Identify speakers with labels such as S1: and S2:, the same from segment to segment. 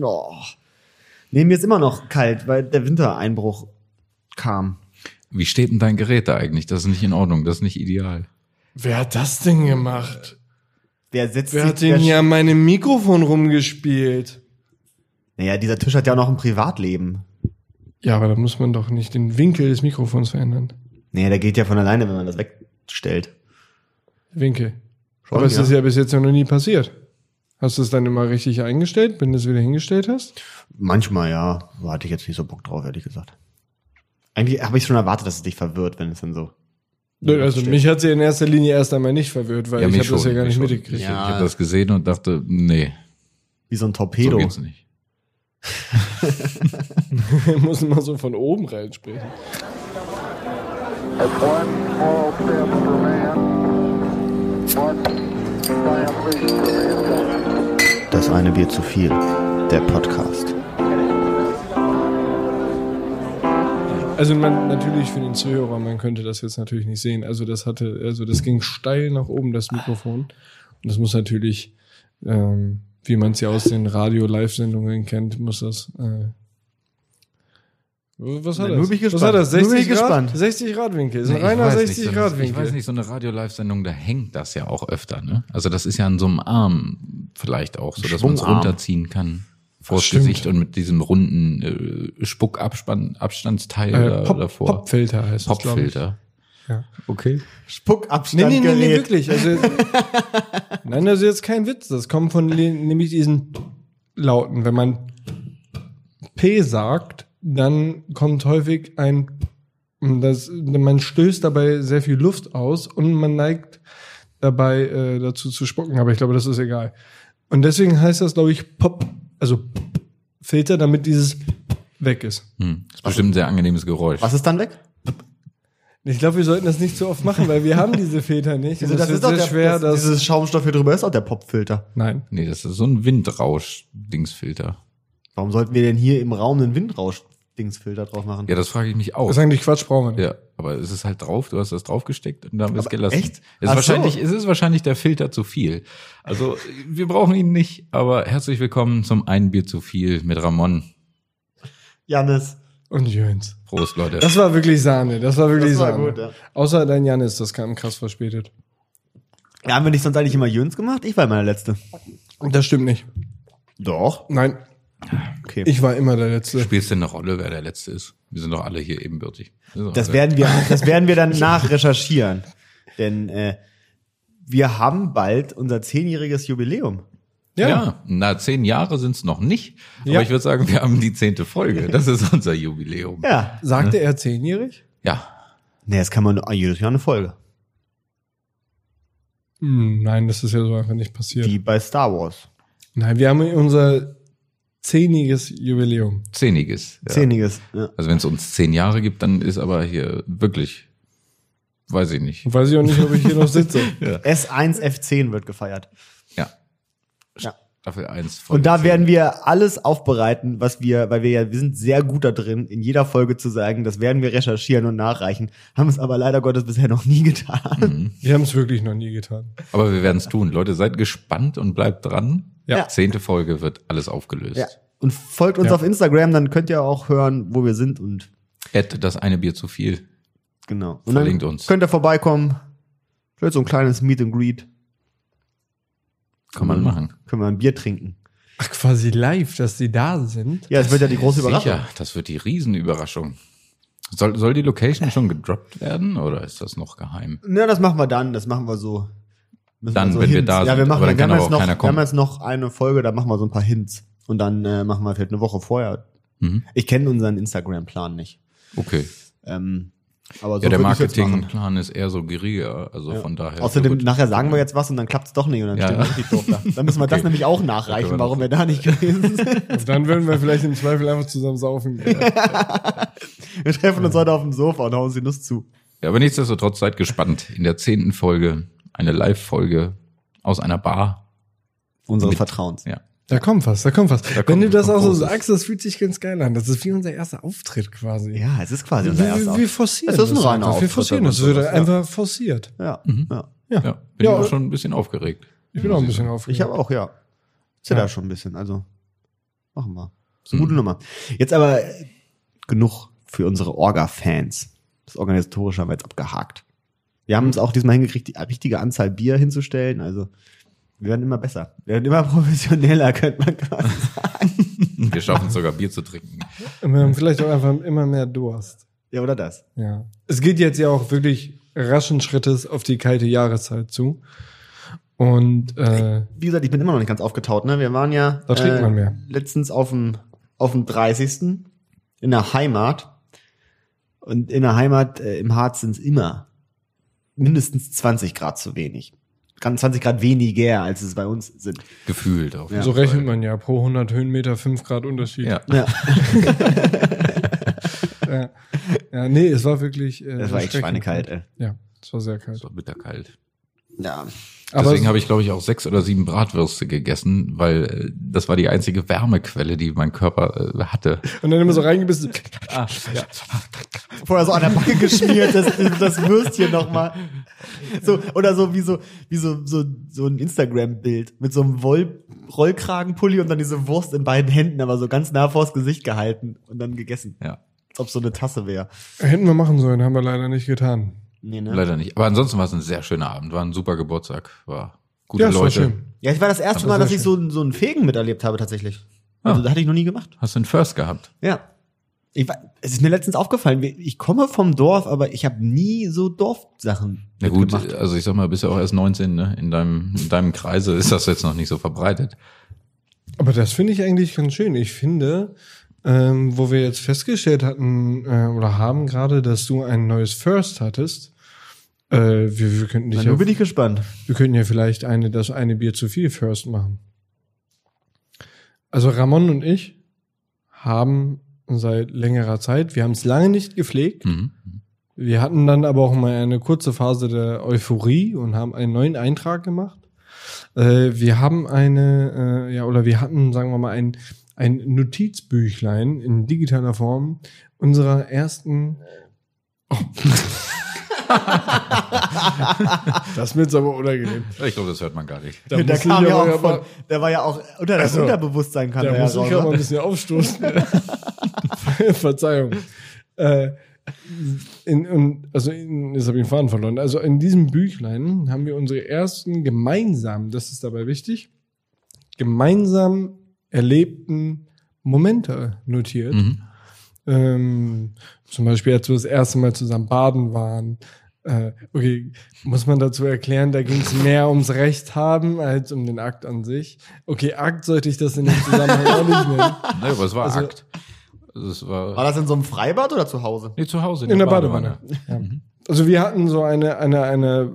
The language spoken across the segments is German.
S1: Oh. Nee, mir ist immer noch kalt, weil der Wintereinbruch kam.
S2: Wie steht denn dein Gerät da eigentlich? Das ist nicht in Ordnung, das ist nicht ideal.
S3: Wer hat das denn gemacht?
S1: Der sitzt
S3: Wer hat
S1: sich-
S3: denn
S1: der-
S3: hier an meinem Mikrofon rumgespielt?
S1: Naja, dieser Tisch hat ja auch noch ein Privatleben.
S3: Ja, aber da muss man doch nicht den Winkel des Mikrofons verändern.
S1: Naja, der geht ja von alleine, wenn man das wegstellt.
S3: Winkel.
S1: Schon,
S3: aber es
S1: ja.
S3: ist ja bis jetzt ja noch nie passiert. Hast du es dann immer richtig eingestellt, wenn du es wieder hingestellt hast?
S1: Manchmal ja, aber hatte ich jetzt nicht so Bock drauf, ehrlich gesagt. Eigentlich habe ich schon erwartet, dass es dich verwirrt, wenn es dann so.
S3: Nö, Also mich hat sie in erster Linie erst einmal nicht verwirrt, weil
S2: Ja,
S3: ich
S2: mich
S3: habe das
S2: schon,
S3: ja gar
S2: mich
S3: nicht
S2: schon.
S3: mitgekriegt.
S2: Ich,
S1: Ja.
S2: ich habe das gesehen und dachte, nee,
S1: Wie so ein
S2: so
S1: Torpedo.
S2: geht's nicht.
S3: Wir müssen mal so von oben reinsprechen.
S4: That's one small step for man, one giant leap for mankind.
S1: das eine Bier zu viel. Der Podcast.
S3: Also man, natürlich für den Zuhörer, man könnte das jetzt natürlich nicht sehen. Also das hatte, also das ging steil nach oben, das Mikrofon. Und das muss natürlich, ähm, wie man es ja aus den Radio-Live-Sendungen kennt, muss das. Äh, was hat
S1: Na,
S3: das?
S1: nur bin ich
S3: was hat
S1: gespannt.
S3: das?
S1: Nur bin
S3: 60
S1: ich
S3: Grad,
S1: gespannt.
S3: 60 Grad Winkel. Ist ein
S2: Nee,
S3: reiner
S2: weiß nicht,
S3: 60
S2: so
S3: Grad
S2: eine-
S3: Winkel.
S2: Ich weiß nicht, so eine Radio-Live-Sendung, da hängt das ja auch öfter, ne? Also das ist ja an so einem Arm vielleicht auch, so dass man es
S1: Schwungarm.
S2: runterziehen kann. Vors
S3: Stimmt.
S2: Gesicht und mit diesem runden äh, Spuckabstandsteil
S3: Äh,
S2: da,
S3: Pop,
S2: davor.
S3: Popfilter heißt das, glaub ich.
S2: Popfilter.
S3: Ja.
S2: Okay.
S3: Nee, nee,
S1: Spuckabstand.
S3: nee, nee, wirklich. Also, nein, also jetzt kein Witz. Das kommt von le- nämlich diesen Lauten. Wenn man P sagt, dann kommt häufig ein, das, man stößt dabei sehr viel Luft aus und man neigt dabei äh, dazu zu spucken. Aber ich glaube, das ist egal. Und deswegen heißt das, glaube ich, Pop, also Filter, damit dieses weg ist.
S2: Hm. Ist bestimmt ein sehr angenehmes Geräusch.
S1: Was ist dann weg?
S3: Ich glaube, wir sollten das nicht so oft machen, weil wir haben diese Filter nicht. Und das, ist sehr schwer,
S1: Also das,
S3: dass
S1: dieses Schaumstoff hier drüber ist auch der Popfilter.
S3: Nein.
S2: Nee, das ist so ein Windrausch-Dingsfilter.
S1: Warum sollten wir denn hier im Raum einen Windrausch-Dingsfilter drauf machen?
S2: Ja, das frage ich mich auch.
S3: Das ist eigentlich Quatsch, brauchen wir nicht.
S2: Ja, aber es ist halt drauf, du hast das draufgesteckt und dann haben wir es
S1: Aber
S2: gelassen.
S1: echt?
S2: Es
S1: Ach
S2: ist wahrscheinlich,
S1: so.
S2: es ist wahrscheinlich der Filter zu viel. Also, wir brauchen ihn nicht, aber herzlich willkommen zum Ein Bier zu viel mit Ramon.
S1: Janis.
S3: Und Jöns.
S2: Prost, Leute.
S3: Das war wirklich Sahne. Das war wirklich
S1: Das war
S3: Sahne.
S1: gut, ja.
S3: Außer dein Janis, das kam krass verspätet.
S1: Ja, haben wir nicht sonst eigentlich immer Jöns gemacht? Ich war immer der Letzte.
S3: Das stimmt nicht.
S1: Doch.
S3: Nein,
S1: Okay.
S3: ich war immer der Letzte.
S2: Spielst du eine Rolle, wer der Letzte ist? Wir sind doch alle hier ebenbürtig. doch
S1: Das
S2: alle-
S1: werden wir, das werden wir dann nachrecherchieren. Denn äh, wir haben bald unser zehnjähriges Jubiläum.
S2: ja. na, zehn Jahre sind's noch nicht, aber
S3: Ja.
S2: ich würde sagen, wir haben die zehnte Folge. Das ist unser Jubiläum.
S1: Ja.
S3: Sagte er zehnjährig?
S2: ja.
S1: Nee, jetzt kann man ah, jedes Jahr eine Folge.
S3: Hm, nein, das ist ja so einfach nicht passiert.
S1: Wie bei Star Wars.
S3: Nein, wir haben unser zehnjähriges Jubiläum.
S2: zehniges. Ja.
S1: Zehniges. Ja.
S2: Also wenn es uns zehn Jahre gibt, dann ist aber hier wirklich, weiß ich nicht.
S3: Weiß ich auch nicht, ob ich hier noch sitze.
S1: S1 F10 wird gefeiert.
S2: Ja.
S1: Ja.
S2: Staffel 1 Folge
S1: Und da
S2: 10.
S1: werden wir alles aufbereiten, was wir, weil wir ja, wir sind sehr gut da drin, in jeder Folge zu sagen, das werden wir recherchieren und nachreichen. Haben es aber leider Gottes bisher noch nie getan.
S3: Wir haben es wirklich noch nie getan.
S2: Aber wir werden es tun. Leute, seid gespannt und bleibt dran.
S3: Ja.
S2: Zehnte Folge wird alles aufgelöst.
S1: Ja. Und folgt uns
S3: Ja.
S1: auf Instagram, dann könnt ihr auch hören, wo wir sind und
S2: Ed, das eine Bier zu viel.
S1: Genau. Und
S2: Verlinkt uns.
S1: Könnt ihr vorbeikommen. Vielleicht so ein kleines Meet and Greet.
S2: Kann
S1: Mhm.
S2: man machen.
S1: Können wir ein Bier trinken.
S3: Ach, quasi live, dass sie da sind.
S1: Ja, es wird ja die große Überraschung.
S2: Sicher, das wird die Riesenüberraschung. Soll, soll die Location schon gedroppt werden oder ist das noch geheim?
S1: Na, das machen wir dann. Das machen wir so. Müssen
S2: Dann,
S1: so
S2: wenn wir
S1: Hints.
S2: da
S1: Ja,
S2: sind.
S1: wir machen
S2: Aber dann
S1: wir
S2: kann
S1: haben
S2: aber
S1: jetzt
S2: auch
S1: noch,
S2: keiner
S1: Wir
S2: kommen.
S1: haben jetzt noch eine Folge, da machen wir so ein paar Hints. Und dann äh, machen wir vielleicht eine Woche vorher.
S2: Mhm.
S1: Ich kenne unseren Instagram-Plan nicht.
S2: Okay.
S1: Ähm, aber so
S2: ja, der
S1: würd ich's jetzt machen.
S2: Marketingplan ist eher so geringer, also von daher.
S1: Außerdem,
S2: gut.
S1: nachher sagen wir jetzt was und dann klappt es doch nicht und dann
S2: Ja.
S1: stehen wir richtig doof da. Dann müssen wir das
S2: Okay.
S1: nämlich auch
S2: können wir
S1: nachreichen,
S2: noch-
S1: warum wir da nicht gewesen sind.
S3: Und dann würden wir vielleicht im Zweifel einfach zusammen saufen.
S1: Wir treffen uns heute auf dem Sofa und hauen sie Nuss zu.
S2: Ja, aber nichtsdestotrotz seid gespannt. In der zehnten Folge eine Live-Folge aus einer Bar.
S1: Unseres
S2: Mit-
S1: Vertrauens.
S2: Ja.
S3: Da kommt was, da kommt was. Wenn
S2: kommt-
S3: du das
S2: kommt
S3: auch so
S2: Großes.
S3: sagst, das fühlt sich ganz geil an. Das ist wie unser erster Auftritt quasi.
S1: Ja, es ist quasi
S3: Wir,
S1: unser erster
S3: wir, wir
S1: Auftritt.
S3: forcieren
S1: Es ist ein
S3: das
S1: reiner
S3: einfach. Wir
S1: Auftritt,
S3: forcieren
S1: wenn man
S3: das. Es wird
S1: sowas- ja.
S3: einfach forciert.
S1: Ja, ja.
S3: Ja.
S2: Ja, bin
S3: Ja,
S2: ich auch
S3: und-
S2: schon ein bisschen aufgeregt.
S3: Ich bin auch ein bisschen aufgeregt.
S1: Ich habe auch, ja. Ist ja
S3: Ja.
S1: da schon ein bisschen, also. Machen wir. Mhm. Ist eine gute Nummer. Jetzt aber äh, genug für unsere Orga-Fans. Das Organisatorische haben wir jetzt abgehakt. Wir haben es auch diesmal hingekriegt, die richtige Anzahl Bier hinzustellen. Also wir werden immer besser. Wir werden immer professioneller, könnte man quasi
S2: Wir schaffen es sogar, Bier zu trinken.
S3: Und wir haben vielleicht auch einfach immer mehr Durst.
S1: Ja, oder das?
S3: Ja. Es geht jetzt ja auch wirklich raschen Schrittes auf die kalte Jahreszeit zu. Und äh,
S1: Wie gesagt, ich bin immer noch nicht ganz aufgetaut. Ne? Wir waren ja
S3: Da trinkt man mehr.
S1: letztens auf dem, auf dem 30. in der Heimat. Und in der Heimat äh, im Harz sind es immer mindestens 20 Grad zu wenig. Kann 20 Grad weniger, als es bei uns sind.
S2: Gefühlt auf jeden
S3: so
S2: Fall.
S3: rechnet man ja pro 100 Höhenmeter 5 Grad Unterschied.
S2: Ja.
S1: Ja,
S3: Ja, ja nee, es war wirklich. Äh,
S1: das war echt
S3: erschreckend.
S1: schweinekalt, ey.
S3: Ja, es war sehr kalt.
S2: Es war bitterkalt.
S1: Ja.
S3: Aber
S2: Deswegen
S3: es,
S2: habe ich, glaube ich, auch sechs oder sieben Bratwürste gegessen, weil äh, das war die einzige Wärmequelle, die mein Körper äh, hatte.
S3: und dann immer so reingebissen.
S2: Ah, ja.
S1: Vorher so an der Backe geschmiert, das, das Würstchen nochmal. So, oder so wie so, wie so, so, so ein Instagram-Bild mit so einem Woll Rollkragenpulli und dann diese Wurst in beiden Händen, aber so ganz nah vors Gesicht gehalten und dann gegessen.
S2: ja.
S1: Als ob so eine Tasse wäre.
S3: Hätten wir machen sollen, haben wir leider nicht getan.
S1: Nee, ne?
S2: Leider nicht. Aber ansonsten war es ein sehr schöner Abend. War ein super Geburtstag. War gute
S3: ja, es
S2: Leute.
S3: war schön.
S1: Ja, ich war das erste
S3: Aber
S1: Mal, dass
S3: sehr
S1: ich so, einen- so einen Fegen miterlebt habe, tatsächlich. Also,
S2: Ah.
S1: das hatte ich noch nie gemacht.
S2: Hast du einen First gehabt?
S1: Ja. Ich war, es ist mir letztens aufgefallen, wir- ich komme vom Dorf, aber ich habe nie so Dorfsachen
S2: Na gut,
S1: mitgemacht.
S2: also ich sag mal, bist ja auch erst 19, ne? In deinem, in deinem Kreise ist das jetzt noch nicht so verbreitet.
S3: Aber das finde ich eigentlich ganz schön. Ich finde, ähm, wo wir jetzt festgestellt hatten äh, oder haben gerade, dass du ein neues First hattest. Äh, wir, wir könnten dich
S1: Na,
S3: ja,
S1: Nun bin ich gespannt.
S3: wir könnten ja vielleicht eine, das eine Bier zu viel First machen. Also Ramon und ich haben seit längerer Zeit, wir haben es lange nicht gepflegt,
S2: Mhm.
S3: Wir hatten dann aber auch mal eine kurze Phase der Euphorie und haben einen neuen Eintrag gemacht. Äh, wir haben eine, äh, ja, oder wir hatten, sagen wir mal, ein, ein Notizbüchlein in digitaler Form unserer ersten. Oh. das wird aber unangenehm.
S2: Ich glaube, das hört man gar nicht.
S3: Da,
S1: der
S3: muss ich
S1: kam ja
S3: aber-
S1: auch von, der war ja auch unter das
S3: Also,
S1: Unterbewusstsein kam
S3: Da
S1: der ja
S3: muss
S1: raus.
S3: ich ja mal
S1: ne?
S3: ein bisschen aufstoßen. Verzeihung. Äh, in, in, also in, jetzt habe ich den Faden verloren. Also in diesem Büchlein haben wir unsere ersten gemeinsam, das ist dabei wichtig, gemeinsam erlebten Momente notiert.
S2: Mhm.
S3: Ähm, zum Beispiel, als wir das erste Mal zusammen baden waren. Äh, okay, muss man dazu erklären, da ging es mehr ums Recht haben als um den Akt an sich. Okay, Akt sollte ich das in dem Zusammenhang auch nicht nennen.
S2: Nee, aber es war
S3: Also-
S2: Akt. Also es war,
S1: War das in so einem Freibad oder zu Hause?
S2: nee, zu Hause.
S3: In der Badewanne. Ja. Also wir hatten so eine, eine, eine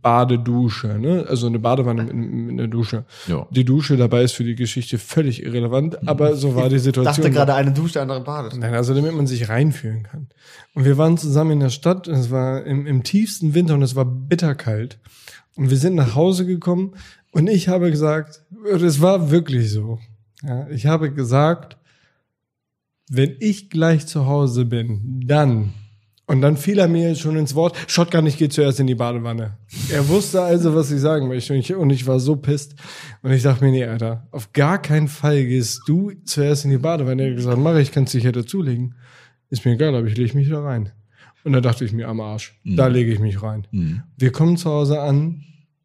S3: Badedusche, ne? Also eine Badewanne mit, mit einer Dusche.
S2: Ja.
S3: Die Dusche dabei ist für die Geschichte völlig irrelevant, aber so war die
S1: Ich
S3: Situation.
S1: dachte gerade eine Dusche, andere badet.
S3: Nein, also damit man sich reinfühlen kann. Und wir waren zusammen in der Stadt, es war im, im tiefsten Winter und es war bitterkalt. Und wir sind nach Hause gekommen und ich habe gesagt, und es war wirklich so. Ja, ich habe gesagt, wenn ich gleich zu Hause bin, dann. Und dann fiel er mir schon ins Wort, Shotgun, ich gehe zuerst in die Badewanne. Er wusste also, was ich sagen möchte. Und ich, und ich war so pisst. Und ich dachte mir, nee, Alter, auf gar keinen Fall gehst du zuerst in die Badewanne. Er hat gesagt, mach ich, kannst dich ja dazulegen. Ist mir egal, aber ich lege mich da rein. Und da dachte ich mir, am Arsch, da lege ich mich rein.
S2: Mhm.
S3: Wir kommen zu Hause an.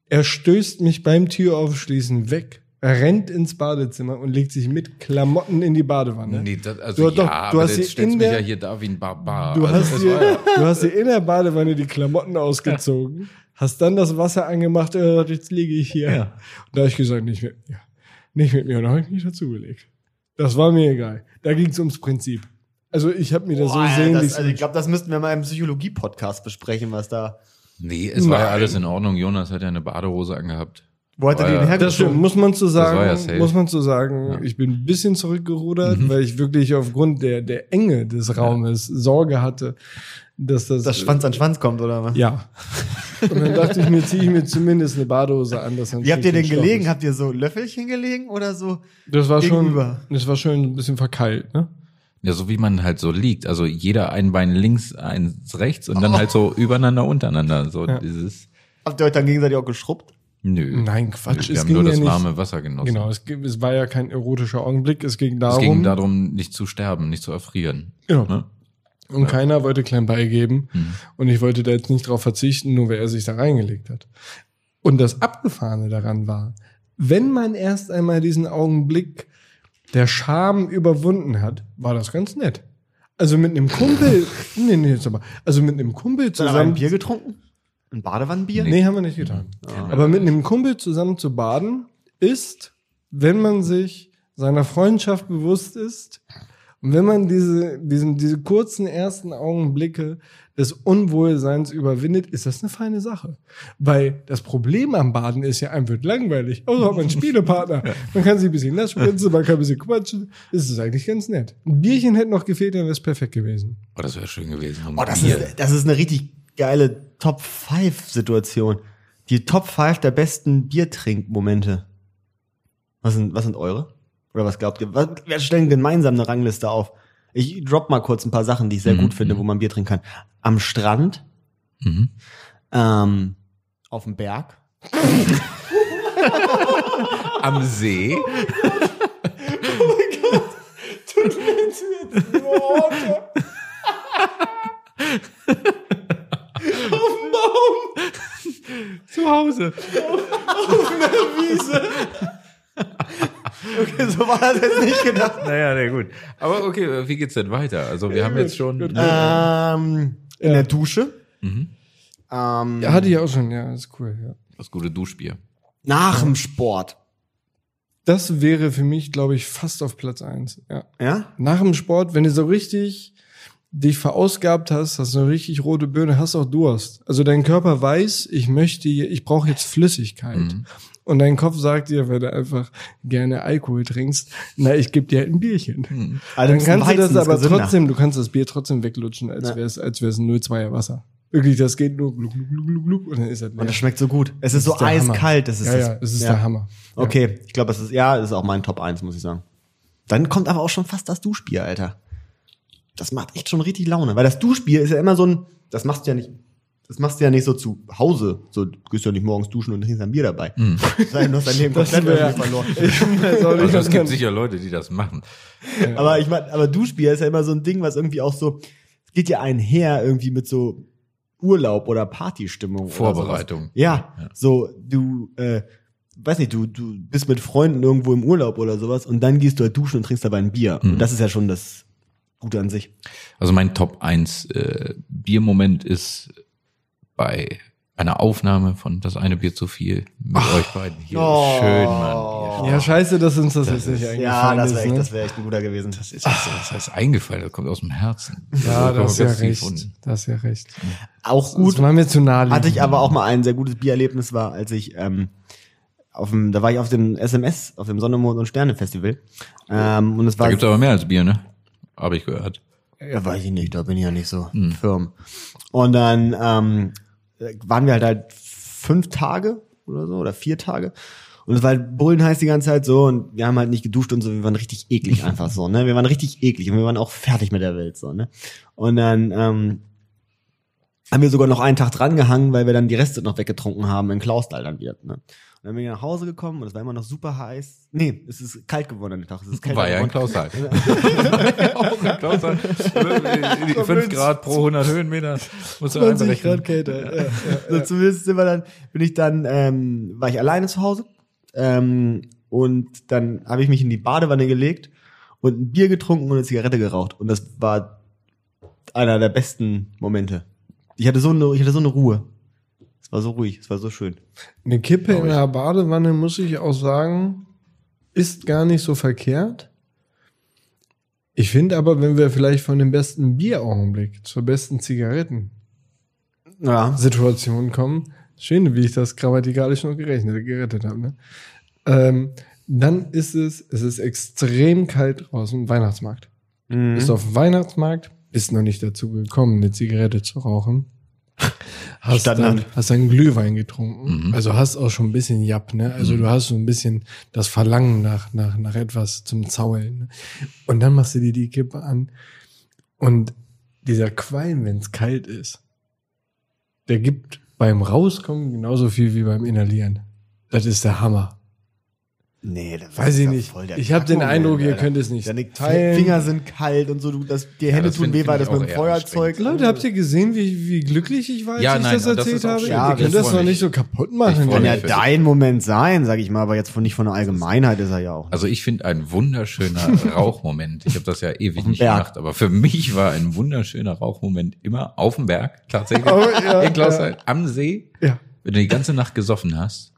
S3: Er stößt mich beim Türaufschließen weg. Er rennt ins Badezimmer und legt sich mit Klamotten in die Badewanne.
S2: Nee, das, also
S3: Du-
S2: ja,
S3: ne? doch, du
S2: aber
S3: hast
S2: jetzt
S3: sie
S2: stellst
S3: in
S2: mich ja
S3: der-
S2: hier da wie ein Barbar.
S3: Du
S2: also,
S3: hast,
S2: es
S3: dir,
S2: war ja-
S3: du hast dir in der Badewanne die Klamotten ausgezogen, hast dann das Wasser angemacht äh, und gesagt, jetzt liege ich hier.
S2: Ja.
S3: Und da habe ich gesagt, nicht mit mir. Nicht mit mir. Und da habe ich mich dazugelegt. Das war mir egal. Da ging es ums Prinzip. Also ich habe mir das
S1: Boah,
S3: so sehen
S1: das, also
S3: lassen.
S1: ich glaube, das müssten wir mal im Psychologie-Podcast besprechen, was da.
S2: Nee, es war ja
S3: Nein.
S2: alles in Ordnung. Jonas hat ja eine Badehose angehabt.
S1: Wo hat er
S2: War
S1: die
S2: ja-
S1: denn
S3: das stimmt,
S1: hergezogen?
S3: muss man zu sagen,
S2: war ja safe.
S3: muss man zu sagen,
S2: Ja. Mhm.
S3: ich bin ein bisschen zurückgerudert, weil ich wirklich aufgrund der, der Enge des Raumes Sorge hatte, dass das,
S1: Dass Schwanz an Schwanz kommt, oder was?
S3: ja. Und dann dachte ich mir, ziehe ich mir zumindest eine Badehose an. dass dann
S1: Wie habt ihr
S3: zwischen
S1: denn
S3: den Stoffen
S1: gelegen?
S3: ist.
S1: Habt ihr so Löffelchen gelegen oder so?
S3: Das war
S1: Gegenüber.
S3: schon, das war schon ein bisschen verkeilt, ne?
S2: Ja, so wie man halt so liegt. Also jeder ein Bein links, eins rechts und dann halt so übereinander, untereinander. So
S3: Oh. Ja.
S2: dieses.
S1: Habt ihr euch dann gegenseitig auch geschrubbt?
S2: Nö.
S3: Nein, Quatsch.
S2: Wir
S3: es
S2: haben
S3: ging
S2: nur
S3: ja
S2: das
S3: nicht,
S2: warme Wasser genossen.
S3: Genau, es, ge- es war ja kein erotischer Augenblick. Es ging
S2: es
S3: darum.
S2: ging darum, nicht zu sterben, nicht zu erfrieren.
S3: Genau.
S2: Ne?
S3: Und keiner wollte klein beigeben.
S2: Mhm.
S3: Und ich wollte da jetzt nicht drauf verzichten, nur weil er sich da reingelegt hat. Und das Abgefahrene daran war, wenn man erst einmal diesen Augenblick der Scham überwunden hat, war das ganz nett. Also mit einem Kumpel, nee, nee, jetzt aber, also mit einem Kumpel
S1: Dann haben wir ein
S3: zusammen.
S1: Bier getrunken? Ein Badewannenbier?
S3: Nee, haben wir nicht getan. Aber mit einem Kumpel zusammen zu baden ist, wenn man sich seiner Freundschaft bewusst ist und wenn man diese, diesen, diese kurzen ersten Augenblicke des Unwohlseins überwindet, ist das eine feine Sache. Weil das Problem am Baden ist ja, einem wird langweilig. Oh, hat man einen Spielepartner. Man kann sich ein bisschen nass spritzen, man kann ein bisschen quatschen. Es ist eigentlich ganz nett. Ein Bierchen hätte noch gefehlt, dann wäre es perfekt gewesen.
S2: Oh, das wäre schön gewesen.
S1: Oh, das ist, das ist eine richtig geile Top 5 Situation. Die Top 5 der besten Biertrinkmomente. Was sind, was sind eure? Oder was glaubt ihr? Was, wir stellen gemeinsam eine Rangliste auf. Ich drop mal kurz ein paar Sachen, die ich sehr
S2: Mhm,
S1: gut finde, wo man Bier trinken kann. Am Strand,
S2: Mhm.
S1: ähm, auf dem Berg.
S2: Am See. Zu Hause.
S1: Okay, so war das jetzt nicht gedacht.
S2: Naja, na gut. Aber okay, wie geht's denn weiter? Also wir haben jetzt schon. ne,
S1: ähm, in der Dusche.
S2: Mhm.
S1: Ähm,
S3: Ja, hatte ich auch schon, ja, ist cool, ja.
S2: Das gute Duschbier.
S1: nach dem Sport.
S3: Das wäre für mich, glaube ich, fast auf Platz eins. Ja.
S1: Ja?
S3: Nach dem Sport, wenn du so richtig dich verausgabt hast, hast du eine richtig rote Birne, hast auch Durst. Also dein Körper weiß, ich möchte, je- ich brauche jetzt Flüssigkeit. Und dein Kopf sagt dir, wenn du einfach gerne Alkohol trinkst, na, ich gebe dir halt ein Bierchen.
S1: Also ein
S3: Dann kannst
S1: bisschen
S3: du das
S1: Weizen ist
S3: aber
S1: gesünder.
S3: trotzdem, du kannst das Bier trotzdem weglutschen, als
S1: Ja.
S3: wär's, als wär's ein 02er Wasser. Wirklich, das geht nur gluck, gluck, gluck, gluck, gluck, und dann ist das leer.
S1: Und das schmeckt so gut. Es ist so
S3: ist der Hammer.
S1: eiskalt. Das ist
S3: ja,
S1: das,
S3: ja, es ist der Hammer. Ja.
S1: Okay, ich glaube, es ist, ja, es ist auch mein Top 1, muss ich sagen. Dann kommt aber auch schon fast das Duschbier, Alter. Das macht echt schon richtig Laune, weil das Duschbier ist ja immer so ein, das machst du ja nicht, das machst du ja nicht so zu Hause, so, du gehst ja nicht morgens duschen und trinkst ein Bier dabei.
S3: Mhm.
S1: Sei nur dein Leben komplett
S3: wär-
S1: irgendwie verloren.
S3: Also,
S2: Also es gibt sicher Leute, die das machen.
S1: Aber ich meine, aber Duschbier ist ja immer so ein Ding, was irgendwie auch so, es geht ja einher irgendwie mit so Urlaub oder Partystimmung. oder sowas.
S2: Vorbereitung.
S1: Ja, so du, äh, weiß nicht, du, du bist mit Freunden irgendwo im Urlaub oder sowas und dann gehst du halt duschen und trinkst dabei ein Bier.
S2: Mhm.
S1: Und das ist ja schon das Gute an sich.
S2: Also mein Top 1 äh, Biermoment ist bei einer Aufnahme von Das eine Bier zu viel mit euch beiden hier.
S1: Oh.
S2: Schön, Mann. Hier.
S3: Ja, scheiße, dass uns das, jetzt nicht eingefallen
S1: Ja, das wäre
S3: ist.
S1: echt,
S3: ne?
S1: das wäre echt ein guter gewesen. Ah.
S2: Das ist, das, das ist eingefallen, das kommt aus dem Herzen.
S3: Ja,
S2: Also,
S3: das ist ja
S2: ganz tief
S3: recht.
S2: unten.
S3: Das ist ja recht.
S1: Auch
S3: Gut.
S1: gut.
S3: Das war mir zu nahe.
S1: Hatte ich aber auch mal ein sehr gutes Biererlebnis war, als ich ähm, auf dem, da war ich auf dem SMS, auf dem Sonne, Mond und Sterne Festival. Ähm, und es
S2: Da
S1: war
S2: gibt's aber mehr als Bier, ne? Habe ich gehört.
S1: Ja, weiß ich nicht, da bin ich ja nicht so
S2: Hm.
S1: firm. Und dann ähm, waren wir halt halt fünf Tage oder so oder vier Tage. Und es war halt bullenheiß die ganze Zeit so und wir haben halt nicht geduscht und so, wir waren richtig eklig einfach so, ne? Wir waren richtig eklig und wir waren auch fertig mit der Welt so, ne? Und dann ähm, haben wir sogar noch einen Tag dran gehangen, weil wir dann die Reste noch weggetrunken haben in Klausthal dann wieder, ne? Und dann bin ich nach Hause gekommen und es war immer noch super heiß. Nee, es ist kalt geworden an dem Tag. Es ist kälter
S2: War ja in
S1: geworden.
S2: Klausthal. War ja auch in Klausthal. 5 Grad pro 100 Höhenmeter. Musst du einfach
S3: 20
S2: rechnen.
S3: Grad kälter. Ja,
S1: so, zumindest sind wir dann, bin ich dann, ähm, war ich alleine zu Hause ähm, und dann habe ich mich in die Badewanne gelegt und ein Bier getrunken und eine Zigarette geraucht und das war einer der besten Momente. Ich hatte so eine, ich hatte so eine Ruhe. Es war so ruhig, es war so schön.
S3: Eine Kippe in der Badewanne, muss ich auch sagen, ist gar nicht so verkehrt. Ich finde aber, wenn wir vielleicht von dem besten Bieraugenblick zur besten Zigarettensituation
S1: Ja.
S3: kommen, schön, wie ich das grammatikalisch noch gerechnet, gerettet habe, ne? ähm, dann ist es, es ist extrem kalt draußen, Weihnachtsmarkt.
S1: Mhm.
S3: bist auf dem Weihnachtsmarkt, bist noch nicht dazu gekommen, eine Zigarette zu rauchen. Hast
S1: Standard.
S3: dann, hast dann Glühwein getrunken. Also hast auch schon ein bisschen Japp, ne? Also du hast so ein bisschen das Verlangen nach, nach, nach etwas zum Zaulen. Ne? Und dann machst du dir die Kippe an. Und dieser Qualm, wenn es kalt ist, der gibt beim Rauskommen genauso viel wie beim Inhalieren. Das ist der Hammer.
S1: Nee, das
S3: Weiß
S1: ist
S3: ich
S1: ja
S3: nicht.
S1: voll der
S3: Ich hab den
S1: Kackmoment,
S3: Eindruck, ihr
S1: Alter.
S3: könnt es nicht
S1: Deine
S3: teilen.
S1: Finger sind kalt und so, du, das, die Hände
S2: das
S1: tun
S2: find-
S1: weh,
S2: find
S1: weil
S2: ich
S1: das mit
S2: auch
S1: dem
S2: eher
S1: Feuerzeug.
S3: Leute, habt ihr gesehen, wie, wie glücklich ich war, als
S2: Ja,
S3: ich
S2: nein,
S3: Also
S2: und das
S3: das erzählt
S2: ist auch
S3: habe?
S2: schön.
S1: Ja,
S3: ihr könnt
S1: ich
S3: das
S2: freu
S3: noch
S2: mich.
S3: nicht so kaputt machen.
S2: Ich freu
S1: Kann
S3: Leute.
S1: ja
S2: mich.
S1: dein Moment sein, sag ich mal, aber jetzt von, nicht von der Allgemeinheit ist er ja auch.
S2: Also ich finde ein wunderschöner Rauchmoment. Ich habe das ja ewig nicht
S1: Berg.
S2: gemacht, aber für mich war ein wunderschöner Rauchmoment immer auf dem Berg, tatsächlich.
S3: Oh, ja,
S2: in Klausheim,
S3: ja.
S2: am See,
S3: Ja.
S2: wenn du die ganze Nacht gesoffen hast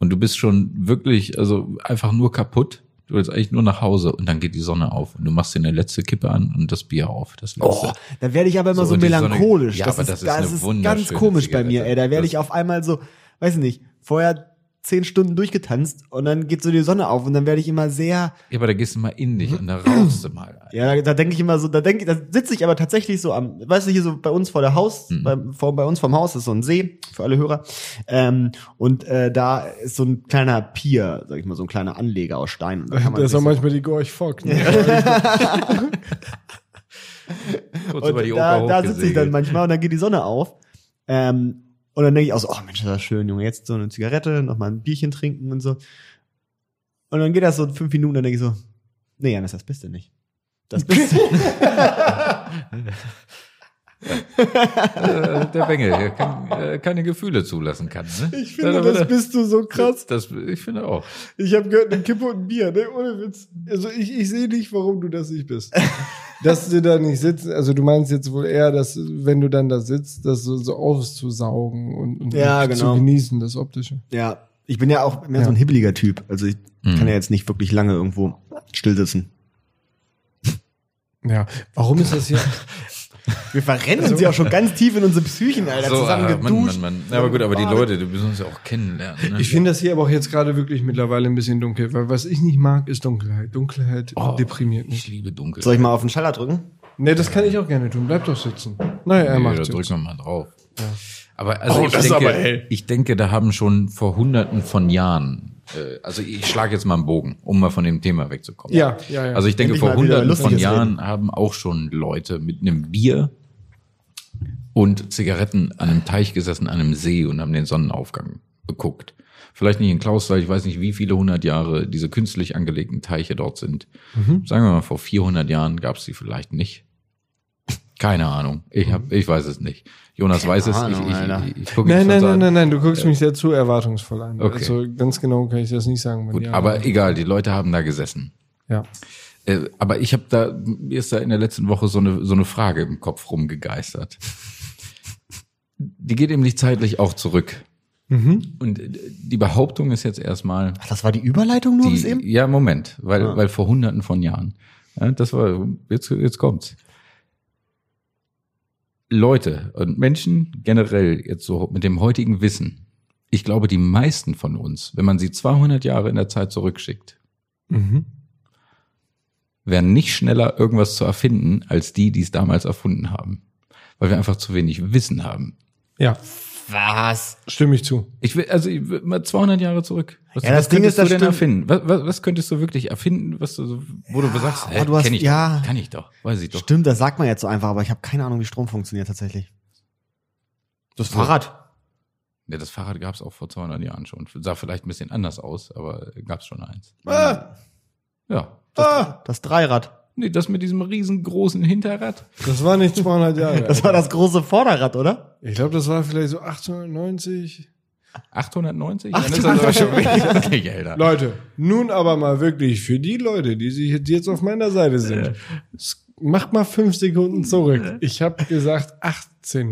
S2: und du bist schon wirklich, also einfach nur kaputt. Du willst eigentlich nur nach Hause und dann geht die Sonne auf und du machst dir eine letzte Kippe an und das Bier auf. Das letzte.
S1: Oh, da werde ich aber immer so,
S2: So, die Sonne-
S1: melancholisch.
S2: Ja,
S1: das,
S2: aber
S1: ist,
S2: das ist
S1: das
S2: eine
S1: ist ganz
S2: wunderschöne
S1: komisch bei mir,
S2: Zigarette.
S1: ey. Da werde
S2: Das-
S1: ich auf einmal so, weiß nicht, vorher zehn Stunden durchgetanzt und dann geht so die Sonne auf und dann werde ich immer sehr,
S2: Ja, aber da gehst du mal in dich und da rauchst du mal.
S1: ja, da, da denke ich immer so, da denke ich, da sitze ich aber tatsächlich so am, weißt du, hier so bei uns vor der Haus,
S2: Mhm.
S1: bei, vor, bei uns vom Haus ist so ein See, für alle Hörer, ähm, und äh, da ist so ein kleiner Pier, sag ich mal, so ein kleiner Anleger aus Stein. Und da kann man
S3: Das
S1: sich
S3: war
S1: so
S3: manchmal die Gorch Fock. Ne?
S2: Kurz
S1: Und
S2: über die
S1: da,
S2: Oper
S1: da sitze ich dann
S2: hochgesegelt.
S1: manchmal und dann geht die Sonne auf. Ähm, und dann denke ich auch so, oh Mensch, ist das schön, Junge, jetzt so eine Zigarette, nochmal ein Bierchen trinken und so. Und dann geht das so fünf Minuten, dann denke ich so, nee, Janis, das bist du nicht. Das bist du.
S2: äh, der Bengel, der kann, äh, keine Gefühle zulassen kann. Ne?
S3: Ich finde, das bist du so krass.
S2: Das, ich finde auch.
S3: Ich habe gehört, eine Kippe und ein Bier, ne? Ohne Witz. Also ich, ich sehe nicht, warum du das nicht bist. Dass du da nicht sitzt, also du meinst jetzt wohl eher, dass wenn du dann da sitzt, das so, so aufzusaugen und, und
S1: Ja,
S3: zu
S1: genau.
S3: genießen, das Optische.
S1: ja, ich bin ja auch mehr so ein
S3: Ja.
S1: hibbeliger Typ. Also ich
S2: Mhm.
S1: kann ja jetzt nicht wirklich lange irgendwo still sitzen.
S3: Ja, warum ist das hier?
S1: Wir verrennen uns ja auch schon ganz tief in unsere Psychen, Alter, zusammen
S2: ah, Mann,
S1: geduscht.
S2: Mann, Mann. Ja, aber gut, aber die Leute, die müssen uns ja auch kennenlernen. Ne?
S3: Ich finde das hier aber auch jetzt gerade wirklich mittlerweile ein bisschen dunkel, weil was ich nicht mag, ist Dunkelheit. Dunkelheit
S2: Oh,
S3: deprimiert mich.
S2: Ich liebe dunkel.
S1: Soll ich mal auf den Schaller drücken?
S3: Ne, das kann ich auch gerne tun. Bleib doch sitzen. Naja, er
S2: nee,
S3: macht
S2: da
S3: jetzt.
S2: drücken wir mal drauf. Aber also
S3: Oh,
S2: ich,
S3: das ist
S2: denke,
S3: aber hell.
S2: ich denke, da haben schon vor Hunderten von Jahren, äh, also ich schlage jetzt mal einen Bogen, um mal von dem Thema wegzukommen.
S3: Ja, ja, ja.
S2: Also ich denke,
S1: Endlich
S2: vor
S1: mal wieder
S2: Hunderten von
S1: Lustiges
S2: Jahren haben auch schon Leute mit einem Bier und Zigaretten an einem Teich gesessen, an einem See und haben den Sonnenaufgang geguckt. Vielleicht nicht in Klausthal, ich weiß nicht, wie viele hundert Jahre diese künstlich angelegten Teiche dort sind.
S3: Mhm.
S2: Sagen wir mal, vor 400 Jahren gab es die vielleicht nicht. Keine Ahnung. Ich hab, ich weiß es nicht. Jonas weiß es.
S1: Ahnung, Alter.
S2: ich, ich, ich gucke
S3: Nein, nein, nein, nein, nein, du guckst mich sehr zu erwartungsvoll an.
S2: okay.
S3: Also ganz genau kann ich das nicht sagen. wenn
S2: Gut,
S3: ja,
S2: aber egal, die Leute haben da gesessen.
S3: ja.
S2: Äh, aber ich habe da, mir ist da in der letzten Woche so eine, so eine Frage im Kopf rumgegeistert. Die geht nämlich zeitlich auch zurück.
S3: Mhm,
S2: Und äh, die Behauptung ist jetzt erstmal,
S1: Ach, das war die Überleitung nur bis eben?
S2: die, ja, Moment, weil, weil vor hunderten von Jahren. Ja, das war, jetzt, jetzt kommt's. Leute und Menschen generell jetzt so mit dem heutigen Wissen. Ich glaube, die meisten von uns, wenn man sie 200 Jahre in der Zeit zurückschickt,
S3: mhm.
S2: wären nicht schneller irgendwas zu erfinden, als die, die es damals erfunden haben. Weil wir einfach zu wenig Wissen haben.
S3: ja,
S1: Was?
S3: stimme ich zu.
S2: Ich will, also ich will mal 200 Jahre zurück. Was,
S1: Ja, das
S2: was
S1: Ding
S2: könntest
S1: ist, das
S2: du denn
S1: stimmt-
S2: erfinden? Was, was, was könntest du wirklich erfinden, was du so, wo du
S3: Ah,
S2: sagst, hä,
S1: aber du hast-
S2: kenn ich
S1: ja.
S2: doch, kann ich doch, weiß ich doch.
S1: Stimmt, das sagt man jetzt so einfach, aber ich habe keine Ahnung, wie Strom funktioniert tatsächlich. Das Fahrrad.
S2: Ja, das Fahrrad gab es auch vor 200 Jahren schon. Sah vielleicht ein bisschen anders aus, aber gab es schon eins.
S3: Ah,
S2: Ja.
S3: ah,
S1: Das Dreirad.
S2: Nee, das mit diesem riesengroßen Hinterrad.
S3: das war nicht 200 Jahre.
S1: Das war das große Vorderrad, oder?
S3: ich glaube, das war vielleicht so 890.
S2: 890? Dann ist das aber schon wesentlich älter.
S3: Leute, nun aber mal wirklich für die Leute, die sich jetzt- jetzt auf meiner Seite sind. s- Macht mal fünf Sekunden zurück. Ich habe gesagt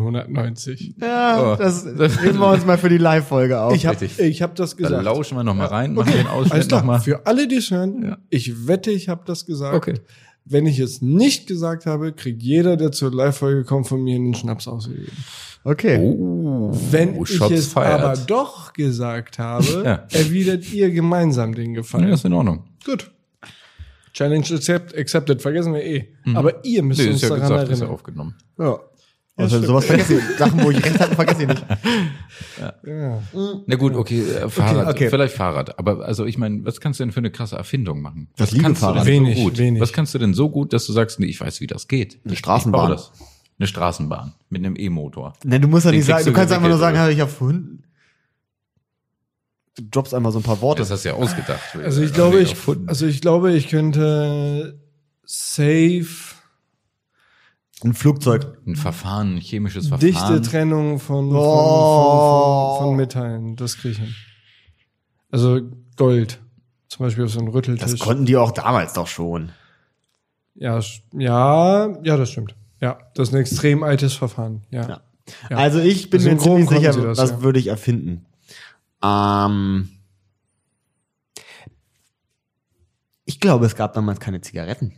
S3: 1890.
S1: Ja,
S2: Oh.
S1: das heben wir uns mal für die Live-Folge auf.
S3: Ich habe
S2: richtig.
S3: ich hab
S2: Da
S3: das gesagt.
S2: lauschen wir nochmal rein, machen den
S3: Alles
S2: Ausschnitt
S3: klar,
S2: nochmal.
S3: für alle, die es hören,
S2: Ja.
S3: ich wette, ich habe das gesagt.
S2: Okay.
S3: Wenn ich es nicht gesagt habe, kriegt jeder, der zur Live-Folge kommt, von mir einen Schnaps ausgegeben.
S1: okay.
S2: Oh,
S3: Wenn ich
S2: Shots
S3: es
S2: fired.
S3: aber doch gesagt habe,
S2: Ja.
S3: erwidert ihr gemeinsam den
S2: Nee,
S3: Gefallen.
S2: das ist in Ordnung.
S3: Gut. Challenge accept, accepted, vergessen wir eh. Aber ihr müsst
S2: Mhm. Nee,
S3: uns
S2: ist ja
S3: daran
S2: gesagt, ist ja
S3: erinnern.
S2: aufgenommen.
S1: Ja. Also sowas vergesse ich. Sachen, wo ich recht hatte, vergesse ich nicht.
S3: Ja.
S2: Na gut, okay, äh, Fahrrad,
S1: okay.
S2: vielleicht Fahrrad. Aber also ich meine, was kannst du denn für eine krasse Erfindung machen?
S1: Das
S2: was kannst
S1: Liegefahrrad.
S2: du denn
S3: Wenig,
S2: so gut?
S3: wenig.
S2: Was kannst du denn so gut, dass du sagst, nee, ich weiß, wie das geht?
S1: Eine
S2: Ich-
S1: Straßenbahn.
S2: Ich baue das. Eine Straßenbahn mit einem E-Motor.
S1: Nein, du musst ja
S2: Den
S1: nicht sagen,
S2: kriegst
S1: du
S2: du
S1: kannst einfach nur
S2: gewickelt,
S1: sagen, habe ich erfunden. Du droppst einfach so ein paar Worte.
S2: Das hast du ja ausgedacht.
S3: Also ich
S2: Haben
S3: glaube,
S2: wir
S3: ich,
S2: erfunden.
S3: also ich glaube, ich könnte safe
S1: Ein Flugzeug.
S2: ein Verfahren, ein chemisches
S3: dichte
S2: Verfahren.
S3: Trennung von, von,
S1: Oh.
S3: von, von, von Metallen. Das kriege ich hin. Also Gold. Zum Beispiel auf so einem Rütteltisch.
S1: Das konnten die auch damals doch schon.
S3: ja, sch- ja, ja, das stimmt. Ja, das ist ein extrem altes Verfahren. Ja.
S1: Ja.
S3: ja.
S1: Also ich bin
S3: Also
S1: mir
S3: im Groben
S1: ziemlich sicher,
S3: konnten sie
S1: das,
S3: das, ja.
S1: würde ich erfinden. Ähm, ich glaube, es gab damals keine Zigaretten.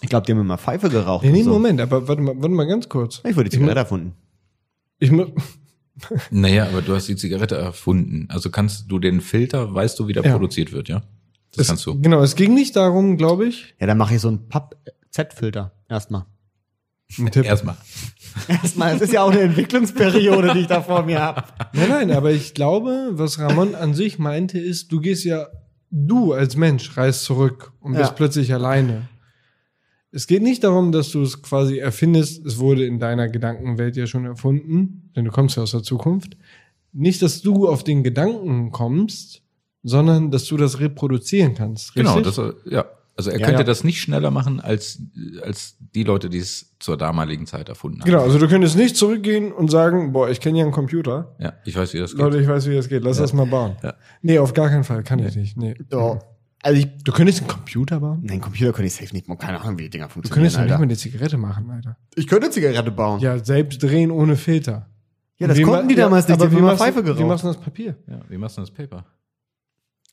S1: Ich glaube, die haben immer Pfeife geraucht.
S3: Nee,
S1: und
S3: nee,
S1: so.
S3: Moment, aber warte mal, warte mal ganz kurz.
S1: Ich würde die Zigarette erfunden.
S3: Ich muss,
S2: Naja, aber du hast die Zigarette erfunden. Also kannst du den Filter, weißt du, wie der
S3: Ja.
S2: produziert wird, ja? Das kannst du.
S3: Genau, es ging nicht darum, glaube ich.
S1: Ja, dann mache ich so einen Papp-Z-Filter. Erstmal.
S3: Ein Tipp.
S2: Erstmal.
S1: Erstmal, es ist ja auch eine Entwicklungsperiode, die ich da vor mir habe.
S3: Nein, nein, aber ich glaube, was Ramon an sich meinte, ist, du gehst ja, du als Mensch reist zurück und
S1: Ja.
S3: bist plötzlich alleine. Es geht nicht darum, dass du es quasi erfindest, es wurde in deiner Gedankenwelt ja schon erfunden, denn du kommst ja aus der Zukunft. Nicht, dass du auf den Gedanken kommst, sondern dass du das reproduzieren kannst. Richtig?
S2: Genau, das, äh, ja. Also er
S1: Ja,
S2: könnte
S1: ja.
S2: das nicht schneller machen als, als die Leute, die es zur damaligen Zeit erfunden haben.
S3: genau, also du könntest nicht zurückgehen und sagen, boah, ich kenne ja einen Computer.
S2: Ja, ich weiß, wie das geht.
S3: Leute, ich weiß, wie das geht. Lass das mal bauen.
S2: Ja.
S3: Nee, auf gar keinen Fall. Kann ich nicht. Nee.
S1: Ja. Also ich,
S3: Du könntest einen Computer bauen?
S1: nein, Computer könnte ich safe nicht machen. Keine Ahnung, wie die Dinger
S3: Du
S1: funktionieren,
S3: könntest doch nicht
S1: Alter.
S3: mal eine Zigarette machen, Alter.
S1: Ich könnte Zigarette bauen.
S3: Ja, selbst drehen ohne Filter.
S1: Ja, das
S3: Wie
S1: konnten
S3: ma-
S1: die damals nicht.
S3: aber
S1: die
S3: wie
S1: haben immer
S3: machst du-
S1: Pfeife geraucht.
S3: Wie machst du das Papier?
S2: Ja, wie machst du das Paper?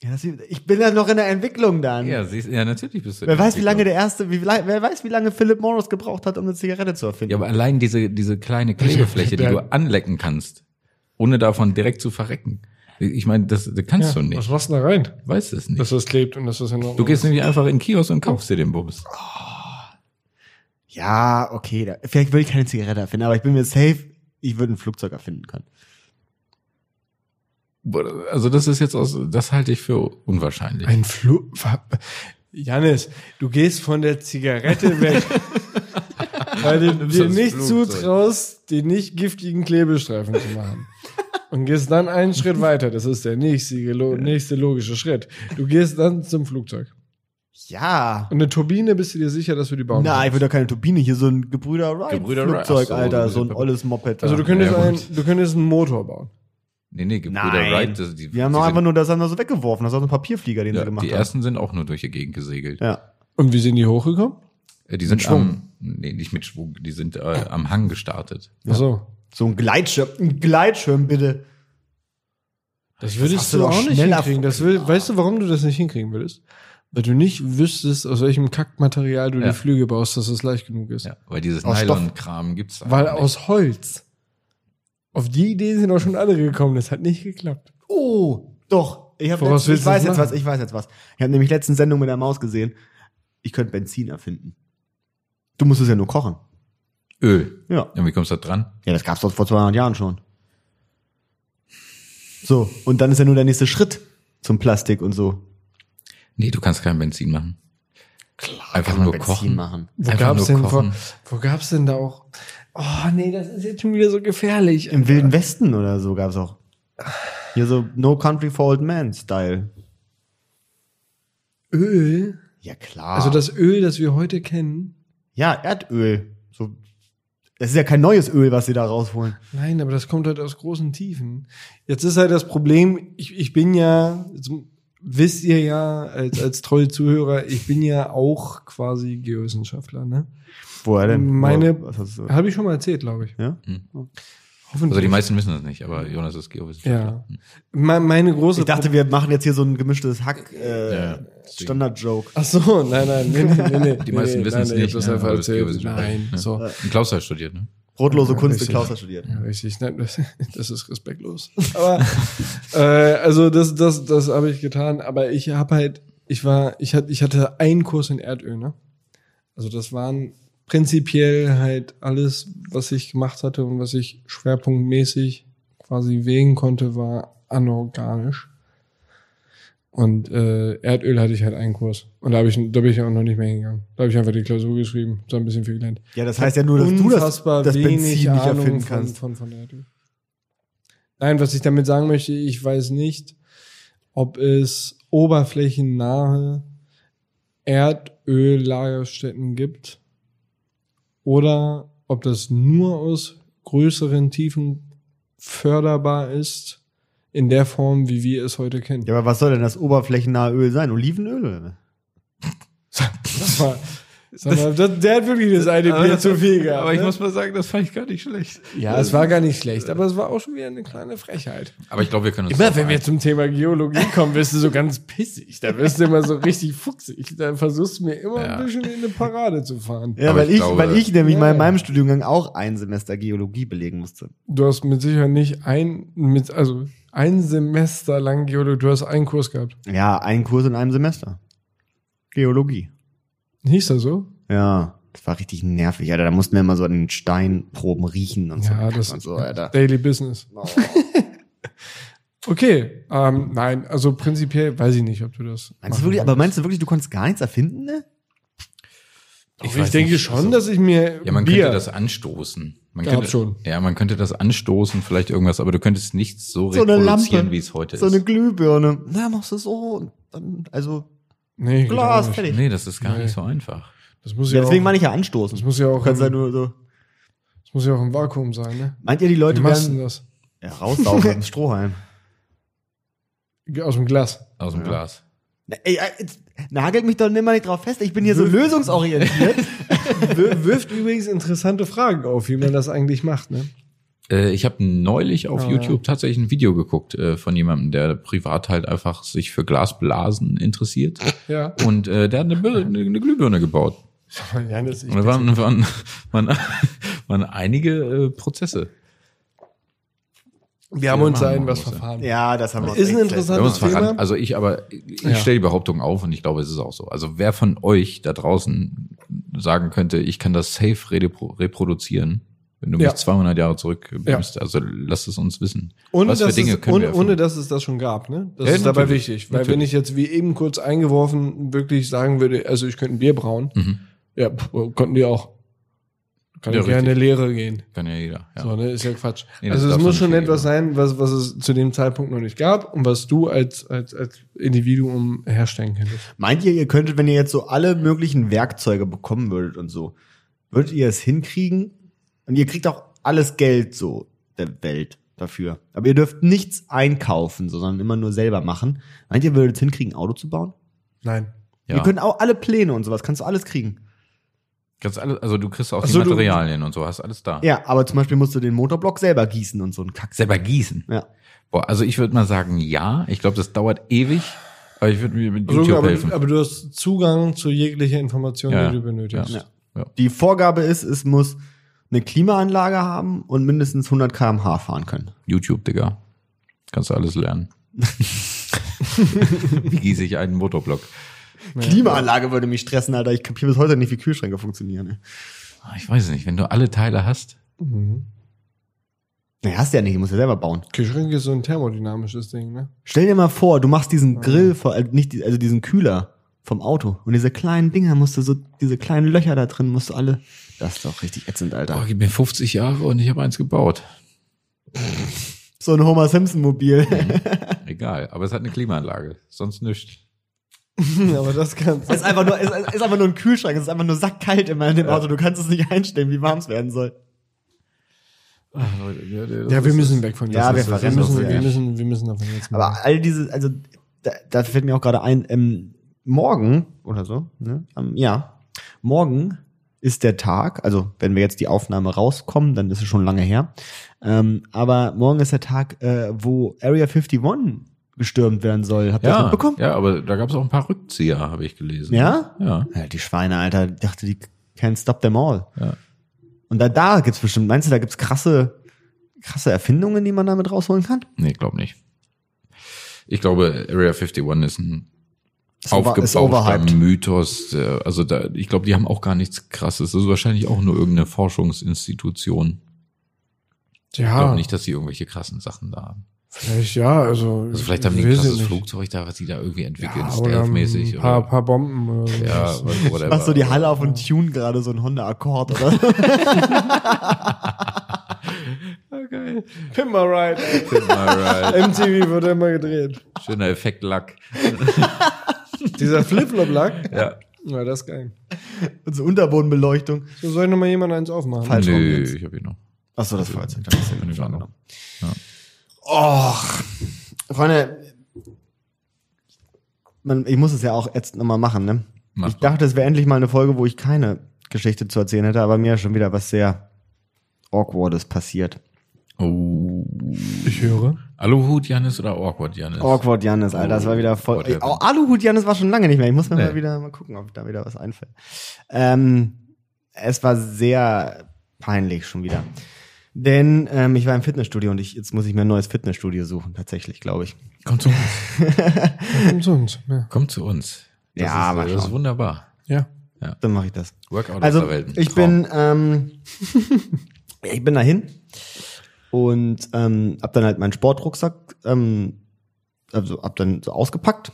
S1: ja, das, ich bin ja noch in der Entwicklung dann.
S2: Ja, siehst, ja natürlich bist du.
S1: Wer weiß, wie lange der erste, wie, lang- wer weiß, wie lange Philip Morris gebraucht hat, um eine Zigarette zu erfinden.
S2: Ja, aber allein diese, diese kleine Klebefläche, die du anlecken kannst, ohne davon direkt zu verrecken. Ich meine, das, das kannst du
S3: Was
S2: nicht.
S3: machst du da rein?
S2: Weißt es nicht.
S3: Dass das klebt und dass das in Ordnung
S2: Du gehst
S3: ist.
S2: nämlich einfach in den Kiosk und kaufst dir den Bums.
S1: ja, okay, da, vielleicht würde ich keine Zigarette erfinden, aber ich bin mir safe, ich würde ein Flugzeug erfinden können.
S2: Also das ist jetzt aus, das halte ich für unwahrscheinlich.
S3: Ein Flug. Janis, du gehst von der Zigarette weg. weil du
S2: nimmst
S3: dir
S2: das
S3: nicht
S2: Flugzeug.
S3: zutraust, den nicht giftigen Klebestreifen zu machen. Und gehst dann einen Schritt weiter. Das ist der nächste, gelo- nächste logische Schritt. Du gehst dann zum Flugzeug.
S1: Ja.
S3: Und eine Turbine bist du dir sicher, dass du die bauen
S1: Na, ich
S3: kannst?
S1: würde doch keine Turbine, hier so ein Gebrüder Wright
S2: Oh Gebrüder Wright,
S1: Flugzeug,
S2: ach so,
S1: Alter, so ein
S2: Gebrüder-
S1: olles Moped.
S3: Also du
S1: da.
S3: könntest,
S2: Ja,
S3: ein,
S2: gut.
S3: du könntest einen Motor bauen.
S2: Nee, nee, Gebrüder
S1: Nein.
S2: Wright, das, also die,
S1: wir haben
S2: die
S1: doch
S2: sind-
S1: einfach nur das haben wir so weggeworfen, das war so ein Papierflieger, den
S2: ja,
S1: sie gemacht
S2: Die
S1: haben.
S2: ersten sind auch nur durch die Gegend gesegelt.
S1: Ja.
S3: Und wie sind die hochgekommen?
S2: Äh, Die sind
S1: Schwung.
S2: am, nee, nicht mit Schwung, die sind äh, am Hang gestartet.
S3: Ja. Achso.
S1: So ein Gleitschirm, ein Gleitschirm bitte.
S3: Das
S1: hast
S3: würdest
S1: du
S3: du
S1: doch
S3: auch nicht
S1: schneller
S3: hinkriegen. Das will, weißt du, warum du das nicht hinkriegen würdest? Weil du nicht wüsstest, aus welchem Kackmaterial du
S2: Ja.
S3: die Flüge baust, dass es leicht genug ist.
S2: Ja, weil dieses
S1: Aus Stoff.
S2: Nylon-Kram gibt's da.
S3: Weil
S2: nicht.
S3: aus Holz. Auf die Idee sind auch schon alle gekommen. Das hat nicht geklappt.
S1: Oh, doch. Ich, hab
S3: Woraus
S1: letztens-
S3: willst
S1: ich
S3: du
S1: weiß
S3: das
S1: jetzt
S3: machen?
S1: was, ich weiß jetzt was. Ich habe nämlich letzten Sendung mit der Maus gesehen. Ich könnte Benzin erfinden. Du musst es ja nur kochen.
S2: Öl.
S1: Ja.
S2: Und wie kommst du da dran?
S1: Ja, das gab's doch vor 200 Jahren schon. So, und dann ist ja nur der nächste Schritt zum Plastik und so.
S2: Nee, du kannst kein Benzin machen. Klar, einfach nur kochen.
S1: machen.
S3: Wo
S2: Einfach
S3: gab's
S2: nur
S3: denn vor,
S2: kochen.
S3: wo gab's denn da auch? Oh nee, das ist jetzt schon wieder so gefährlich.
S1: Im Wilden Westen oder so gab's auch. Hier so No Country for Old Man Style.
S3: Öl,
S1: Ja, klar.
S3: also das Öl, das wir heute kennen.
S1: ja, Erdöl. So. Es ist ja kein neues Öl, was sie da rausholen.
S3: Nein, aber das kommt halt aus großen Tiefen. Jetzt ist halt das Problem, ich, ich bin ja, jetzt wisst ihr ja als, als treue Zuhörer, ich bin ja auch quasi Geowissenschaftler, ne?
S1: Woher denn?
S3: Meine-
S1: Woher, was hast du?
S3: Habe ich schon mal erzählt, glaube ich.
S1: Ja?
S3: Hoffentlich.
S2: Also die meisten wissen das nicht, aber Jonas ist Geowissenschaftler.
S3: ja. Me meine große
S1: Ich dachte, wir machen jetzt hier so ein gemischtes Hack äh,
S2: Ja, deswegen.
S1: Standard-Joke.
S3: Ach so, nein, nein, nee, nee, nee, nee. Die
S2: meisten
S3: nee,
S2: wissen es
S3: nein, ich
S2: nicht,
S3: hab Das
S2: ne,
S3: einfach
S2: aber es
S3: erzählt.
S2: gibt es nicht.
S3: Nein,
S2: Ja.
S3: so.
S2: Und Klaus hat studiert, ne?
S1: Rotlose
S3: Ja,
S1: Kunst mit
S3: richtig.
S1: Klaus hat studiert.
S3: Ja, richtig, nein, das, das ist respektlos. Aber äh, also das, das, das habe ich getan. Aber ich habe halt, ich war, ich hatte, ich hatte einen Kurs in Erdöl. Ne? Also das waren prinzipiell halt alles, was ich gemacht hatte und was ich schwerpunktmäßig quasi wählen konnte, war anorganisch. Und äh, Erdöl hatte ich halt einen Kurs. Und da, hab ich, da bin ich auch noch nicht mehr hingegangen. Da habe ich einfach die Klausur geschrieben, so ein bisschen viel gelernt.
S1: Ja, das heißt ja nur, dass du das,
S3: Unfassbar
S1: das
S3: wenig
S1: Benzin nicht
S3: Ahnung
S1: erfinden
S3: von,
S1: kannst.
S3: Von, von der Erdöl. Nein, was ich damit sagen möchte, ich weiß nicht, ob es oberflächennahe Erdöllagerstätten gibt oder ob das nur aus größeren Tiefen förderbar ist, in der Form, wie wir es heute kennen.
S1: Ja, aber was soll denn das oberflächennahe Öl sein? Olivenöl? Oder?
S3: Sag mal, sag mal, das, der hat wirklich das eine Bier zu viel gehabt.
S2: Aber ich
S3: ne?
S2: muss mal sagen, das fand ich gar nicht schlecht.
S3: ja, es war gar nicht schlecht, aber es war auch schon wieder eine kleine Frechheit.
S2: Aber ich glaube, wir können uns.
S3: Immer
S2: drauf
S3: wenn wir
S2: ein-
S1: halt.
S3: zum Thema Geologie kommen, wirst du so ganz pissig. Da wirst du immer so richtig fuchsig. Da versuchst du mir immer
S2: Ja.
S3: ein bisschen in eine Parade zu fahren.
S1: Ja,
S2: Aber
S1: weil
S2: ich
S1: ich,
S2: glaube-
S1: weil ich nämlich
S3: Ja,
S1: mal in
S3: ja.
S1: meinem Studiengang auch ein Semester Geologie belegen musste.
S3: Du hast mit Sicherheit nicht ein, mit, also ein Semester lang Geologie, du hast einen Kurs gehabt.
S1: Ja, ein Kurs in einem Semester. Geologie.
S3: Hieß das so?
S1: Ja, das war richtig nervig, Alter. Da mussten wir immer so an den Steinproben riechen und
S3: Ja,
S1: so.
S3: das
S1: und so, Alter.
S3: Daily Business. Okay, ähm, nein, also prinzipiell weiß ich nicht, ob du das.
S1: Meinst du
S3: machen
S1: wirklich, aber meinst du wirklich, du konntest gar nichts erfinden, ne?
S3: Ich,
S2: weiß
S3: denke
S2: nicht,
S1: Also,
S3: schon, dass ich mir
S2: Ja, man
S3: Bier,
S2: könnte das anstoßen. Man
S3: Ja,
S2: könnte,
S3: hab schon.
S2: Ja, man könnte das anstoßen, vielleicht irgendwas, aber du könntest nichts so,
S1: So eine
S2: reproduzieren,
S1: Lampe.
S2: wie es heute
S1: So
S2: ist.
S1: eine Glühbirne. Na, machst du so und dann, also
S3: nee, geht
S1: Glas,
S3: auch nicht.
S1: fertig.
S2: Nee, das ist gar
S3: Nee.
S2: nicht so einfach.
S3: Das muss ja,
S1: Ja, deswegen
S3: auch,
S1: meine ich ja anstoßen.
S3: das muss ja
S1: Du
S3: auch,
S1: kannst ja
S3: im,
S1: nur so.
S3: das muss ja auch im Vakuum sein, ne?
S1: Meint ihr, die
S3: Wie
S1: Leute
S3: machst du denn
S1: werden
S3: das?
S1: ja, rauslaufen im Strohhalm?
S3: Ge- Aus dem Glas.
S2: Aus dem Glas.
S1: Na, ey, äh, jetzt nagelt mich doch nimmer nicht drauf fest. Ich bin hier so lösungsorientiert.
S3: Wir- Wirft übrigens interessante Fragen auf, wie man das eigentlich macht, ne?
S2: Äh, ich habe neulich auf
S3: Ah,
S2: YouTube tatsächlich ein Video geguckt äh, von jemandem, der privat halt einfach sich für Glasblasen interessiert.
S3: Ja.
S2: Und äh, der hat eine, Bir- eine, eine Glühbirne gebaut.
S3: Janis, ich
S2: Und da waren, waren, waren, waren einige äh, Prozesse.
S3: wir haben uns da
S2: machen
S3: in was
S2: muss, ja.
S3: verfahren.
S1: ja, das haben wir. uns
S3: Ist ein
S1: echt schlecht
S2: Wir
S3: interessantes-
S2: haben uns
S3: Thema?
S2: verrannt. Also ich, aber ich
S3: Ja.
S2: stelle die Behauptung auf und ich glaube, es ist auch so. Also wer von euch da draußen sagen könnte, ich kann das safe repro reproduzieren, wenn du
S3: Ja.
S2: mich 200 Jahre zurück bist, also lasst es uns wissen.
S3: Ohne,
S2: Was für
S3: dass
S2: Dinge
S3: es,
S2: können
S3: ohne,
S2: wir
S3: ohne
S2: erfinden?
S3: dass es das schon gab, ne? Das
S2: Ja,
S3: ist dabei
S2: natürlich.
S3: wichtig. Weil wenn
S2: Natürlich.
S3: ich jetzt wie eben kurz eingeworfen wirklich sagen würde, also ich könnte ein Bier brauen, ja, pff, konnten die auch. Kann
S2: Mhm. Ja,
S3: ja, gerne
S2: richtig.
S3: Lehre gehen.
S2: Kann ja jeder. Ja.
S3: So, ne, ist ja Quatsch.
S2: Nee, das
S3: also es
S2: darf
S3: muss
S2: schon
S3: schon
S2: nicht
S3: etwas
S2: geben.
S3: sein, was, was es zu dem Zeitpunkt noch nicht gab und was du als, als, als Individuum herstellen könntest.
S1: Meint ihr, ihr könntet, wenn ihr jetzt so alle möglichen Werkzeuge bekommen würdet und so, würdet ihr es hinkriegen? Und ihr kriegt auch alles Geld so der Welt dafür. Aber ihr dürft nichts einkaufen, so, sondern immer nur selber machen. Meint ihr, würdet es hinkriegen, ein Auto zu bauen?
S3: Nein.
S1: Wir
S2: Ja.
S1: können auch alle Pläne und sowas, kannst du alles kriegen.
S2: Kannst alles, also du kriegst auch
S3: so,
S2: die
S3: du-
S2: Materialien und so, hast alles da.
S1: Ja, aber zum Beispiel musst du den Motorblock selber gießen und so ein Kack.
S2: Selber gießen.
S1: Ja.
S2: Boah, also ich würde mal sagen, ja. Ich glaube, das dauert ewig, aber ich würde mir mit YouTube
S3: aber,
S2: helfen.
S3: aber du hast Zugang zu jeglicher Information,
S2: Ja,
S3: die
S2: ja.
S3: du benötigst.
S2: Ja. Ja.
S1: Die Vorgabe ist, es muss eine Klimaanlage haben und mindestens 100 km/h fahren können.
S2: YouTube, Digga. Kannst du alles lernen. Wie gieße ich einen Motorblock?
S1: Klimaanlage würde mich stressen, Alter. Ich kapiere bis heute nicht, wie Kühlschränke funktionieren. Ey.
S2: Ah, Ich weiß es nicht, wenn du alle Teile hast.
S3: Mhm.
S1: Naja, hast du ja nicht, musst ja selber bauen.
S3: Kühlschrank ist so ein thermodynamisches Ding, ne?
S1: Stell dir mal vor, du machst diesen Grill, vor, also, nicht, die- also diesen Kühler vom Auto und diese kleinen Dinger musst du so, diese kleinen Löcher da drin musst du alle. Das ist doch richtig ätzend, Alter.
S2: Boah, gib mir 50 Jahre und ich habe eins gebaut.
S1: So ein Homer Simpson Mobil.
S2: Egal, aber es hat eine Klimaanlage, sonst nichts.
S3: aber das kannst
S1: Mhm. ist einfach nur, ist, ist einfach nur ein Kühlschrank. Es ist einfach nur sackkalt immer in dem Auto. Du kannst es nicht einstellen, wie warm es werden soll.
S3: Ja, wir müssen weg von
S1: Ja,
S3: das
S1: wir
S3: ist- wir
S1: verrennen
S3: müssen,
S1: uns, ja.
S3: wir müssen, wir müssen davon jetzt. mal-
S2: Mhm.
S1: Aber all diese, also da, da fällt mir auch gerade ein, ähm, morgen oder so, ne? Am- ja, morgen ist der Tag, also wenn wir jetzt die Aufnahme rauskommen, dann ist es schon lange her. Ähm, aber morgen ist der Tag, äh, wo Area 51 gestürmt werden soll. Habt ihr das
S2: Ja,
S1: mitbekommen?
S2: ja, aber da gab es auch ein paar Rückzieher, habe ich gelesen.
S1: Ja?
S2: Ja.
S1: ja? Die Schweine, Alter, ich dachte, die can't stop them all.
S2: Ja.
S1: Und da, da gibt's bestimmt, meinst du, da gibt's krasse, krasse Erfindungen, die man damit rausholen kann?
S2: Nee, glaube nicht. Ich glaube, Area 51 ist ein
S1: over- ist
S2: aufgebauter
S1: overhyped.
S2: Mythos. äh, Also da, ich glaube, die haben auch gar nichts Krasses. Das ist wahrscheinlich auch nur irgendeine Forschungsinstitution. Ich
S3: ja,
S1: Ah.
S2: glaube nicht, dass sie irgendwelche krassen Sachen da haben.
S3: vielleicht ja, also.
S2: Also vielleicht haben die ein
S3: weiß ich
S2: krasses
S3: nicht.
S2: Flugzeug da, was die da irgendwie entwickeln,
S3: Ja, oder
S2: stealthmäßig.
S3: ein paar,
S2: Oder,
S3: paar Bomben oder so.
S2: ja, whatever.
S1: Machst du die Halle auf und tune gerade so ein Honda Akkord oder so?
S2: geil.
S3: Pimp my ride. ey.
S2: Alright.
S3: MTV wurde immer gedreht.
S2: Schöner Effekt Lack.
S3: Dieser Flipflop-Lack.
S2: Ja.
S3: Na, das ist geil.
S1: Unsere Unterbodenbeleuchtung.
S3: So, soll ich nochmal jemand eins aufmachen?
S1: Falsch rum
S2: Nö,
S1: jetzt.
S2: ich habe ihn noch.
S1: Achso, das war jetzt ein
S2: Kann ich auch
S1: kleines
S2: noch.
S1: Och. Freunde, man, ich muss es ja auch jetzt nochmal machen, ne?
S2: Mach
S1: ich dachte, es wäre endlich mal eine Folge, wo ich keine Geschichte zu erzählen hätte, aber mir ist schon wieder was sehr Awkwardes passiert.
S2: Oh.
S3: Ich höre.
S2: Aluhut Janis oder Awkward Janis?
S1: Awkward Janis, Alter, das war wieder voll.
S2: Awkward, ja.
S1: Oh, Aluhut Janis war schon lange nicht mehr. Ich muss mir
S2: Nee.
S1: mal wieder mal gucken, ob da wieder was einfällt. Ähm, es war sehr peinlich schon wieder. Denn ähm, ich war im Fitnessstudio und ich, jetzt muss ich mir ein neues Fitnessstudio suchen, tatsächlich, glaube ich.
S2: Komm zu uns.
S3: Komm zu uns. Ja.
S2: Komm zu uns. Das
S1: Ja,
S2: ist,
S1: mal
S2: äh, Das ist
S1: schauen.
S2: wunderbar.
S3: ja.
S1: Dann mache ich das.
S2: Workout
S1: Also
S2: der Welt.
S1: ich bin, ähm, ich bin dahin und ähm, hab dann halt meinen Sportrucksack, ähm, also hab dann so ausgepackt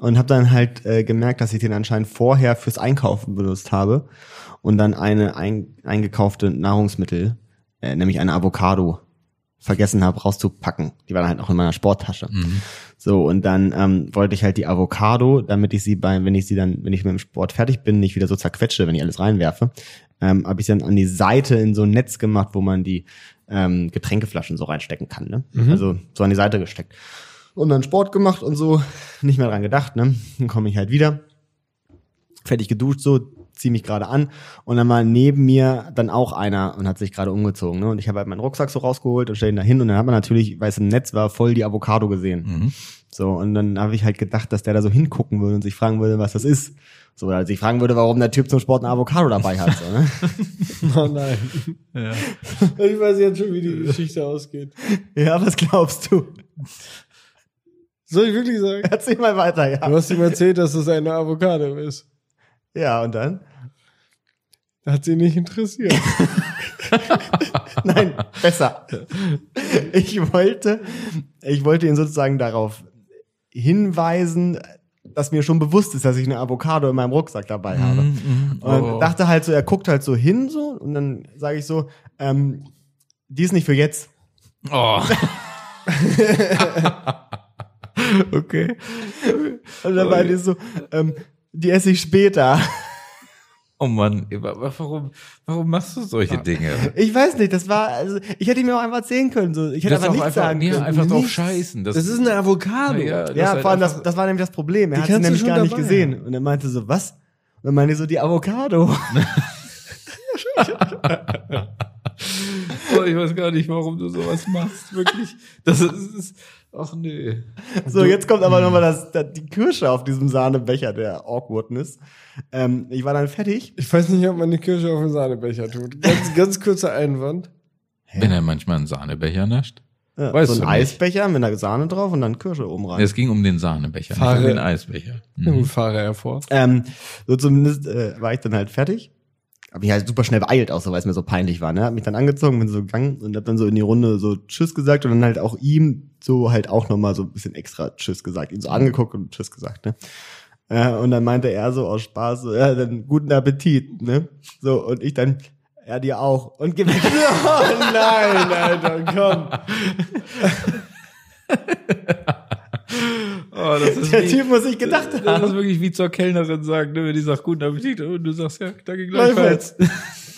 S1: und hab dann halt äh, gemerkt, dass ich den anscheinend vorher fürs Einkaufen benutzt habe und dann eine ein, eingekaufte Nahrungsmittel, äh, nämlich eine Avocado, vergessen habe rauszupacken. Die war dann halt noch in meiner Sporttasche. So, und dann ähm, wollte ich halt die Avocado, damit ich sie bei, wenn ich sie dann, wenn ich mit dem Sport fertig bin, nicht wieder so zerquetsche, wenn ich alles reinwerfe, ähm, habe ich dann an die Seite in so ein Netz gemacht, wo man die ähm, Getränkeflaschen so reinstecken kann. Ne? Also so an die Seite gesteckt. Und dann Sport gemacht und so, nicht mehr dran gedacht, ne? Dann komme ich halt wieder fertig geduscht, so zieh mich gerade an und dann war neben mir dann auch einer und hat sich gerade umgezogen. Ne? Und ich habe halt meinen Rucksack so rausgeholt und stell ihn da hin und dann hat man natürlich, weil es im Netz war, voll die Avocado gesehen. So, und dann habe ich halt gedacht, dass der da so hingucken würde und sich fragen würde, was das ist. So, oder sich fragen würde, warum der Typ zum Sport eine Avocado dabei hat. So, ne?
S3: Oh nein. Ich weiß jetzt schon, wie die Geschichte ausgeht.
S1: ja, was glaubst du?
S3: Soll ich wirklich sagen?
S1: Erzähl mal weiter,
S3: Du
S1: ja.
S3: hast ihm erzählt, dass es eine Avocado ist.
S1: Ja, und dann?
S3: Hat sie nicht interessiert.
S1: Nein, besser. Ich wollte, ich wollte ihn sozusagen darauf hinweisen, dass mir schon bewusst ist, dass ich eine Avocado in meinem Rucksack dabei habe. Und
S2: oh.
S1: dachte halt so, er guckt halt so hin so und dann sage ich so, ähm, die ist nicht für jetzt.
S2: Oh. okay.
S1: Und dann war die so, ähm, die esse ich später.
S2: Oh Mann, aber warum, warum machst du solche Dinge?
S1: Ich weiß nicht, das war, also, ich hätte ihm auch einfach erzählen können. So. Ich hätte
S2: Das
S1: einfach
S2: auch
S1: nichts sagen
S2: nee,
S1: können.
S2: einfach drauf
S1: Nichts.
S2: scheißen. Das,
S3: Avocado.
S2: Ja, das
S1: Ja,
S2: halt
S1: vor allem, das,
S2: einfach-
S1: das war nämlich das Problem. Er hat sie
S3: kannst du
S1: nämlich
S3: schon
S1: gar nicht
S3: dabei
S1: gesehen. Und er meinte so, was? Und dann meinte ich so, die Avocado.
S2: Oh, ich weiß gar nicht, warum du sowas machst. Wirklich. Das ist. ist ach nee.
S1: So, jetzt kommt aber nochmal
S2: Hm.
S1: das, das, die Kirsche auf diesem Sahnebecher der Awkwardness. Ähm, ich war dann fertig.
S3: Ich weiß nicht, ob man die Kirsche auf den Sahnebecher tut. Ganz, ganz kurzer Einwand.
S2: Wenn er manchmal einen Sahnebecher nascht.
S1: Ja,
S2: Weißt
S1: so ein
S2: du nicht.
S1: Eisbecher mit einer Sahne drauf und dann Kirsche oben rein.
S2: Es ging um den Sahnebecher, nicht
S3: Fahre-
S2: um den Eisbecher. Mhm.
S3: Ja, gut, fahre hervor.
S1: Ähm, so zumindest äh, war ich dann halt fertig. Hab mich halt super schnell beeilt, außer weil es mir so peinlich war. Ne? Hab mich dann angezogen, bin so gegangen und hab dann so in die Runde so Tschüss gesagt und dann halt auch ihm so halt auch nochmal so ein bisschen extra Tschüss gesagt. Ihn so angeguckt und Tschüss gesagt, ne? Äh, und dann meinte er so aus Spaß, so, ja, dann guten Appetit, ne? So, und ich dann, ja, dir auch. Und geh weg.
S3: Oh nein, Alter, komm.
S2: Oh, das ist
S1: Der Typ muss sich gedacht
S2: Das ist
S1: haben.
S2: wirklich wie zur Kellnerin sagen, ne? wenn die sagt, guten Appetit und du sagst, ja, danke gleichfalls.
S1: Gleichfalls.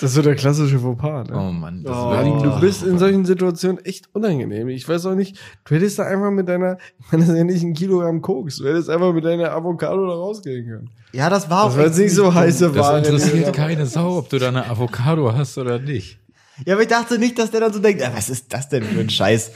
S3: Das ist so der klassische Fauxpas, ne?
S2: Oh Mann, das
S1: Oh.
S2: war die
S3: Du bist in solchen Situationen echt unangenehm. Ich weiß auch nicht, du hättest da einfach mit deiner, ich meine, das ist ja nicht ein Kilogramm Koks, du hättest einfach mit deiner Avocado da rausgehen können.
S1: Ja, das war auch.
S3: Das war jetzt
S1: echt
S3: nicht so heiße Ware.
S2: Das interessiert
S3: die-
S2: keine Sau, ob du da eine Avocado hast oder nicht.
S1: Ja, aber ich dachte nicht, dass der dann so denkt, ah, was ist das denn für ein Scheiß?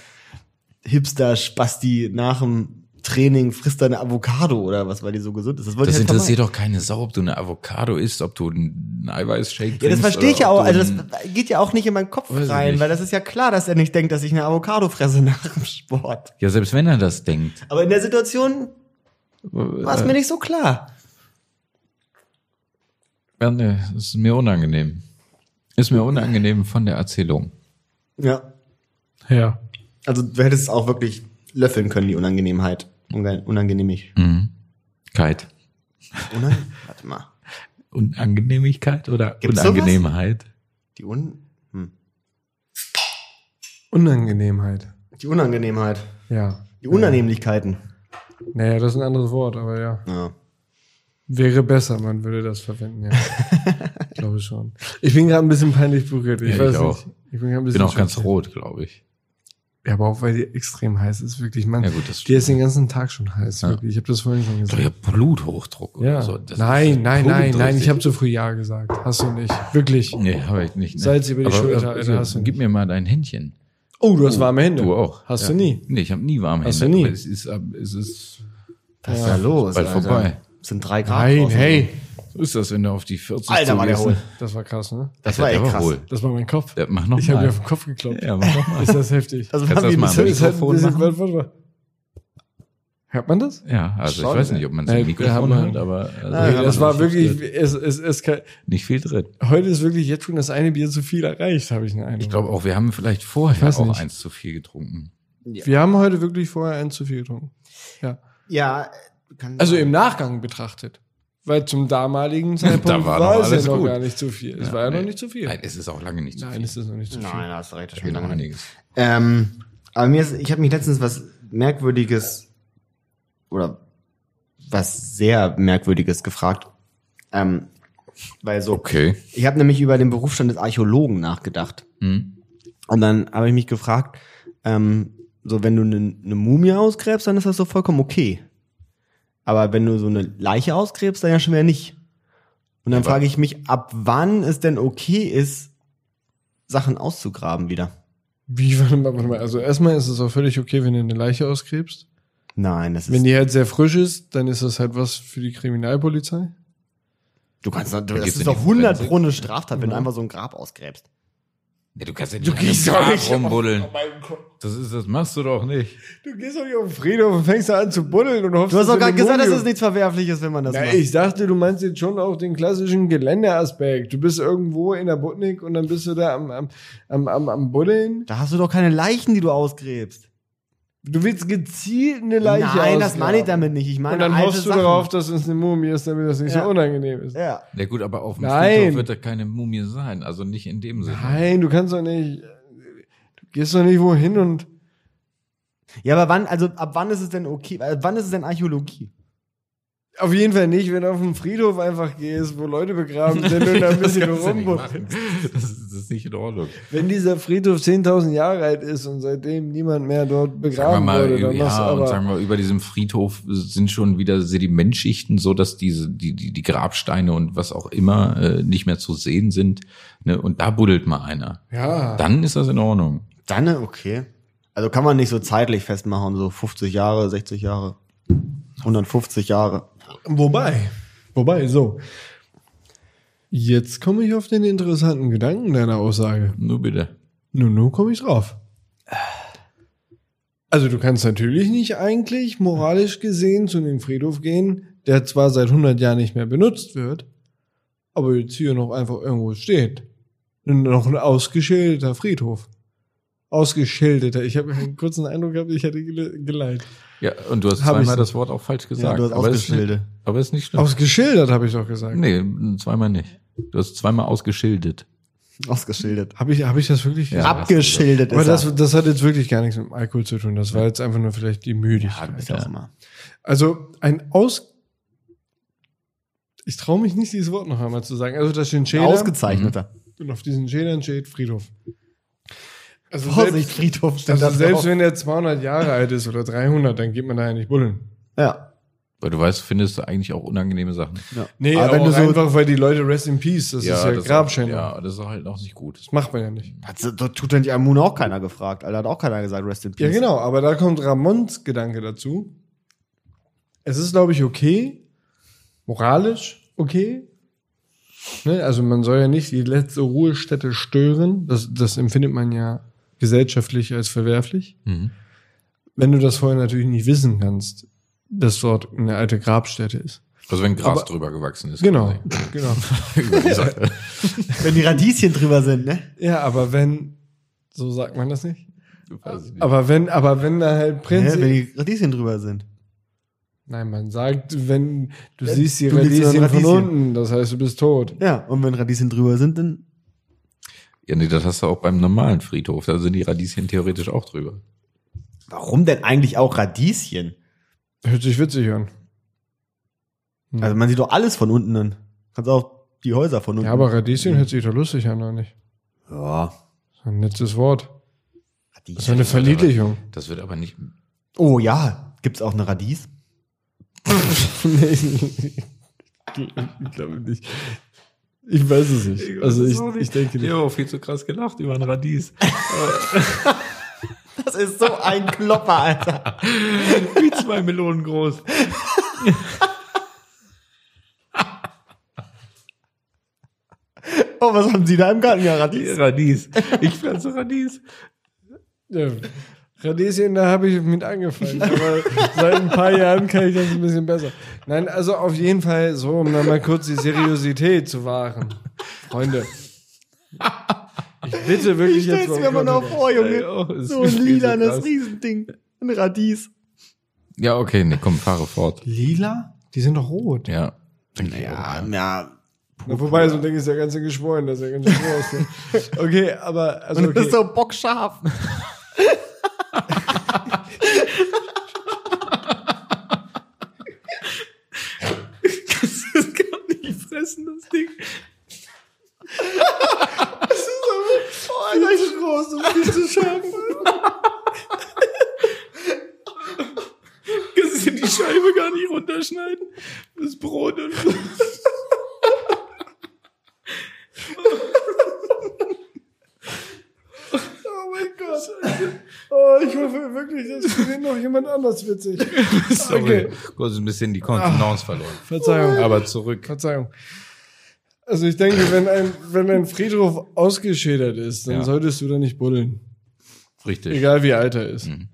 S1: Hipster, Spasti, nach dem Training frisst er eine Avocado oder was, weil die so gesund ist. Das, wollte
S2: Das
S1: ich halt
S2: interessiert doch keine Sau, ob du eine Avocado isst, ob du einen Eiweißshake
S1: vermeiden. Ja, das
S2: trinkst
S1: verstehe ich
S2: oder
S1: ja
S2: ob
S1: auch.
S2: du
S1: Also
S2: einen-
S1: das geht ja auch nicht in meinen Kopf
S2: Weiß ich
S1: rein,
S2: nicht.
S1: weil das ist ja klar, dass er nicht denkt, dass ich eine Avocado fresse nach dem Sport.
S2: ja, selbst wenn er das denkt.
S1: Aber in der Situation war es mir nicht so klar.
S2: Ja, nee, ist mir unangenehm. Ist mir unangenehm von der Erzählung.
S1: Ja.
S3: Ja.
S1: Also du hättest es auch wirklich löffeln können, die Unangenehmheit. Unge- Unangenehmig.
S3: Mhm.
S2: Kite.
S1: Unang Warte mal.
S2: Unangenehmigkeit oder
S1: Gibt's sowas?
S2: Unangenehmheit?
S1: Die Un. Hm.
S3: Unangenehmheit.
S1: Die Unangenehmheit.
S3: Ja.
S1: Die Unannehmlichkeiten.
S3: Naja, das ist ein anderes Wort, aber ja.
S1: Ja.
S3: Wäre besser, man würde das verwenden, ja. ich glaube schon. Ich bin gerade ein bisschen peinlich berührt. Ich
S2: Ja,
S3: weiß
S2: ich auch.
S3: nicht. Ich bin gerade ein
S2: Ich
S3: bisschen
S2: bin auch ganz
S3: schockiert.
S2: rot, glaube ich.
S3: Ja, aber auch weil die extrem heiß ist, wirklich. Mann,
S2: Ja, gut, das
S3: die ist den ganzen Tag schon heiß, wirklich. Ich habe das vorhin schon
S2: Doch,
S3: gesagt.
S2: ja, Bluthochdruck oder
S3: Ja.
S2: so. Das ist
S3: nein, nein, nein, nein, ich
S2: blutdurchsichtig.
S3: habe zu früh Ja gesagt. Hast du nicht. Wirklich.
S2: Nee, habe ich nicht. Ne?
S3: Salz über die Schulter,
S2: äh,
S3: Alter, hast du
S2: gib mir mal dein Händchen.
S3: Oh, du hast warme Hände.
S2: Du auch.
S3: Hast
S2: Ja.
S3: du nie.
S2: Nee, ich habe nie warme
S3: Hast
S2: Hände.
S3: du nie?
S2: aber Es ist, ab- es ist,
S1: Was ist da los?
S2: Bald
S1: Alter?
S2: vorbei.
S1: Es sind drei Grad.
S3: Nein,
S1: draußen.
S3: hey.
S2: so ist das, wenn du auf die 40
S1: Alter, war der
S2: zugehst, ne?
S1: hohl.
S3: Das war krass, ne?
S1: Das
S2: Ja,
S1: war
S2: der
S1: echt krass.
S2: hohl.
S3: Das war mein Kopf.
S2: Ja, mach noch
S3: Ich habe
S2: mal.
S3: mir auf den Kopf geklopft.
S2: ja, mach noch mal.
S3: Ist das heftig?
S1: Das
S2: Kannst
S1: war
S2: das
S1: wie
S2: mal
S1: ein
S2: am
S3: Das ist halt ein
S2: Mikrofon
S3: bisschen,
S2: machen?
S3: warte, warte mal. Hört man das?
S2: Ja, also
S1: Schon,
S2: ich weiß
S1: ne?
S2: nicht, ob man es
S3: Nee,
S2: im Mikrofon
S3: wir haben-
S2: hört, aber also,
S1: Ja,
S3: nee,
S1: hört
S3: das
S1: man
S3: war
S1: nicht.
S3: wirklich, es, es, es, kann-
S2: nicht viel drin.
S3: heute ist wirklich jetzt schon das eine Bier zu viel erreicht, habe ich den Eindruck.
S2: Ich glaube auch, wir haben vielleicht vorher
S3: weiß
S2: auch
S3: nicht.
S2: eins zu viel getrunken.
S3: Wir haben heute wirklich vorher ein zu viel getrunken. Ja.
S1: Ja, kann
S3: Also im Nachgang betrachtet. Weil zum damaligen Zeitpunkt
S2: war
S3: war,
S2: noch
S3: es
S2: alles
S3: ja noch
S2: gut.
S3: gar nicht zu viel. Es war ja noch
S2: nee.
S3: nicht zu viel.
S2: Nein,
S3: Nein,
S2: es ist auch lange nicht zu viel.
S3: es ist noch nicht zu viel.
S1: Nein, da hast du recht. Das
S2: Ich bin
S1: schon
S2: noch
S1: lange nicht.
S2: einiges.
S1: Ähm, aber mir ist, ich habe mich letztens was Merkwürdiges oder was sehr Merkwürdiges gefragt. Ähm, weil so,
S2: Okay.
S1: ich habe nämlich über den Berufsstand des Archäologen nachgedacht.
S2: Hm.
S1: Und dann habe ich mich gefragt, ähm, so wenn du eine ne Mumie ausgräbst, dann ist das so vollkommen okay. Aber wenn du so eine Leiche ausgräbst, dann ja schon wieder nicht. Und dann
S2: Aber-
S1: frage ich mich, ab wann es denn okay ist, Sachen auszugraben wieder.
S3: Wie, warte mal, warte mal. Also erstmal ist es auch völlig okay, wenn du eine Leiche ausgräbst.
S1: Nein, das ist.
S3: Wenn die halt sehr frisch ist, dann ist das halt was für die Kriminalpolizei.
S1: du kannst doch- das
S2: geht's
S1: ist
S2: in die
S1: doch 100
S2: Forensik.
S1: pro eine Straftat, wenn du einfach so ein Grab ausgräbst.
S2: Nee, du kannst ja nicht
S3: Du
S2: an einem
S3: gehst doch
S2: Grab
S3: nicht auf-
S2: rumbuddeln. Das ist, das machst du doch nicht.
S3: Du gehst doch nicht auf den Friedhof und fängst da an zu buddeln und hoffst,
S1: Du hast
S3: dass
S1: doch gerade
S3: eine
S1: gesagt, dass
S3: Mumie-
S1: es nichts Verwerfliches, wenn man das
S3: Na,
S1: macht.
S3: ich dachte, du meinst jetzt schon auch den klassischen Geländeaspekt. Du bist irgendwo in der Butnik und dann bist du da am, am, am, am, am Buddeln.
S1: Da hast du doch keine Leichen, die du ausgräbst.
S3: Du willst gezielt eine Leiche
S1: Nein, das
S3: ausgraben.
S1: meine ich damit nicht. Ich meine,
S3: Und dann
S1: alte
S3: hoffst du
S1: Sachen.
S3: darauf, dass es eine Mumie ist, damit das nicht
S1: Ja.
S3: so unangenehm ist.
S1: Ja.
S2: Na gut, aber auf dem
S3: Nein.
S2: Friedhof wird da keine Mumie sein. Also nicht in dem Sinne.
S3: Nein, du kannst doch nicht. Du gehst doch nicht wohin und.
S1: Ja, aber wann, also ab wann ist es denn okay? Äh, Wann ist es denn Archäologie?
S3: Auf jeden Fall nicht, wenn du auf den Friedhof einfach gehst, wo Leute begraben sind und da ein bisschen
S2: kannst du nicht
S3: rumbuddeln.
S2: machen. Das ist, das ist nicht in Ordnung.
S3: Wenn dieser Friedhof 10.000 Jahre alt ist und seitdem niemand mehr dort
S2: Sagen wir
S3: begraben
S2: mal,
S3: wurde, dann machst du
S2: ja, und
S3: aber.
S2: sagen wir, über diesem Friedhof sind schon wieder Sedimentschichten, so dass diese, die, die, die Grabsteine und was auch immer äh, nicht mehr zu sehen sind. Ne? Und da buddelt mal einer.
S3: ja.
S2: Dann ist das in Ordnung.
S1: Dann, äh, okay. Also kann man nicht so zeitlich festmachen, so 50 Jahre, 60 Jahre, 150 Jahre.
S3: Wobei, wobei, so. Jetzt komme ich auf den interessanten Gedanken deiner Aussage.
S2: Nur bitte.
S3: Nun, nun komme ich drauf. Also du kannst natürlich nicht eigentlich moralisch gesehen zu dem Friedhof gehen, der zwar seit 100 Jahren nicht mehr benutzt wird, aber jetzt hier noch einfach irgendwo steht. Und Noch ein ausgeschilderter Friedhof. Ausgeschilderter. Ich habe einen kurzen Eindruck gehabt, ich hätte gele- geleitet.
S2: Ja, und du hast
S3: Hab
S2: zweimal
S3: ich-
S2: das Wort auch falsch gesagt.
S1: Ja, du hast
S2: aber, ist nicht,
S1: ausgeschildert.
S2: aber ist nicht schlimm.
S3: Ausgeschildert habe ich doch gesagt.
S2: nee, zweimal nicht. Du hast zweimal ausgeschildert.
S1: Ausgeschildert.
S3: Habe ich, hab ich das wirklich gesagt?
S1: Abgeschildert
S3: Aber
S1: ist
S3: das,
S1: er.
S3: das hat jetzt wirklich gar nichts mit dem Alkohol zu tun. Das war jetzt einfach nur vielleicht die Müdigkeit.
S1: Ist ja auch immer.
S3: Also ein Aus... Ich traue mich nicht, dieses Wort noch einmal zu sagen. Also das sind Schäler
S1: Ausgezeichneter.
S3: und auf diesen Schälern steht Friedhof. Also
S1: Vorsicht,
S3: selbst,
S1: Friedhof steht
S3: also
S1: da
S3: selbst
S1: drauf.
S3: wenn der 200 Jahre alt ist oder 300, dann geht man da ja nicht buddeln.
S1: Ja.
S2: Weil du weißt, findest du eigentlich auch unangenehme Sachen.
S1: ja.
S3: Nee,
S1: aber
S3: aber
S1: wenn
S3: auch
S1: du so,
S3: einfach, weil die Leute Rest in Peace, das ist ja
S2: das
S3: Grabschändung.
S2: Ja, das ist halt auch nicht gut.
S3: Das macht man ja nicht.
S1: Hat, so- tut denn die Amune auch keiner gefragt, Alter. Hat auch keiner gesagt, rest in peace.
S3: Ja, genau, aber da kommt Ramons Gedanke dazu. Es ist, glaube ich, okay, moralisch okay. Ne? Also man soll ja nicht die letzte Ruhestätte stören. Das, das empfindet man ja gesellschaftlich als verwerflich.
S2: Mhm.
S3: Wenn du das vorher natürlich nicht wissen kannst, dass dort eine alte Grabstätte ist.
S2: Also wenn Gras
S3: Aber-
S2: drüber gewachsen ist.
S3: Genau,
S2: quasi.
S3: genau.
S2: Über die Sache.
S1: Wenn die Radieschen drüber sind, ne?
S3: Ja, aber wenn, so sagt man das nicht.
S2: Weiß ich nicht.
S3: Aber wenn, aber wenn da halt
S1: Hä,
S3: Prinzip.
S1: wenn die Radieschen drüber sind.
S3: Nein, man sagt, wenn du
S1: Wenn
S3: siehst die
S1: du liegst
S3: Radieschen
S1: in
S3: von
S1: Radieschen.
S3: unten, das heißt, du bist tot.
S1: Ja, und wenn Radieschen drüber sind, dann
S2: Ja, nee, das hast du auch beim normalen Friedhof. Da sind die Radieschen theoretisch auch drüber.
S1: Warum denn eigentlich auch Radieschen?
S3: Hört sich witzig an. Hm.
S1: Also man sieht doch alles von unten an. Kannst auch die Häuser von unten.
S3: ja, aber Radieschen hört sich doch lustig an, oder nicht?
S1: ja.
S3: So ein nettes Wort. Das ist
S1: Radieschen.
S3: eine Verniedlichung.
S2: Das wird aber nicht.
S1: Oh ja, gibt's auch eine Radies?
S3: ich glaube nicht. Ich weiß es nicht. Also ich, ich denke
S2: Ich
S3: nicht.
S2: habe auch viel zu krass gelacht über ein Radies.
S1: Das ist so ein Klopper, Alter.
S2: Wie zwei Melonen groß.
S1: Oh, was haben Sie da im Garten? Ja, Radies.
S2: Radies. Ich pflanze Radies.
S3: Ja. Radieschen, da habe ich mit angefangen. Aber seit ein paar Jahren kann ich das ein bisschen besser. Nein, also auf jeden Fall so, um dann mal kurz die Seriosität zu wahren. Freunde. Ich bitte wirklich
S1: Ich
S3: jetzt
S1: stell's
S3: um
S1: mir immer noch
S3: Kontext.
S1: vor,
S2: Ey, oh,
S1: Junge.
S2: es
S1: So
S2: ist
S1: ein
S2: mir so
S1: lilanes
S2: krass.
S1: Riesending. Ein Radies.
S2: Ja, okay, nee, komm, fahre fort.
S1: Lila?
S3: Die sind doch rot.
S2: Ja.
S1: Ja, ja.
S3: Na, wobei, so ein Ding ist ja ganz schön geschwollen, das ist ja ganz schön groß. Ne? Okay, aber also
S1: Und das
S3: okay.
S1: ist so bockscharf.
S2: Das kann nicht fressen, das Ding.
S1: Oh, Alter, ist groß, um viel zu schaffen.
S2: Kannst du die Scheibe gar nicht runterschneiden? Das Brot und.
S3: Oh mein Gott. Oh, ich hoffe wirklich, das findet noch jemand anders witzig.
S2: Sorry.
S3: Okay.
S2: Kurz ein bisschen die Kontenance verloren.
S3: Verzeihung.
S2: Aber zurück.
S3: Verzeihung. Also ich denke, wenn ein, wenn ein Friedhof ausgeschildert ist, dann
S2: Ja.
S3: solltest du da nicht buddeln.
S2: Richtig.
S3: Egal wie alt er ist.
S2: Mhm.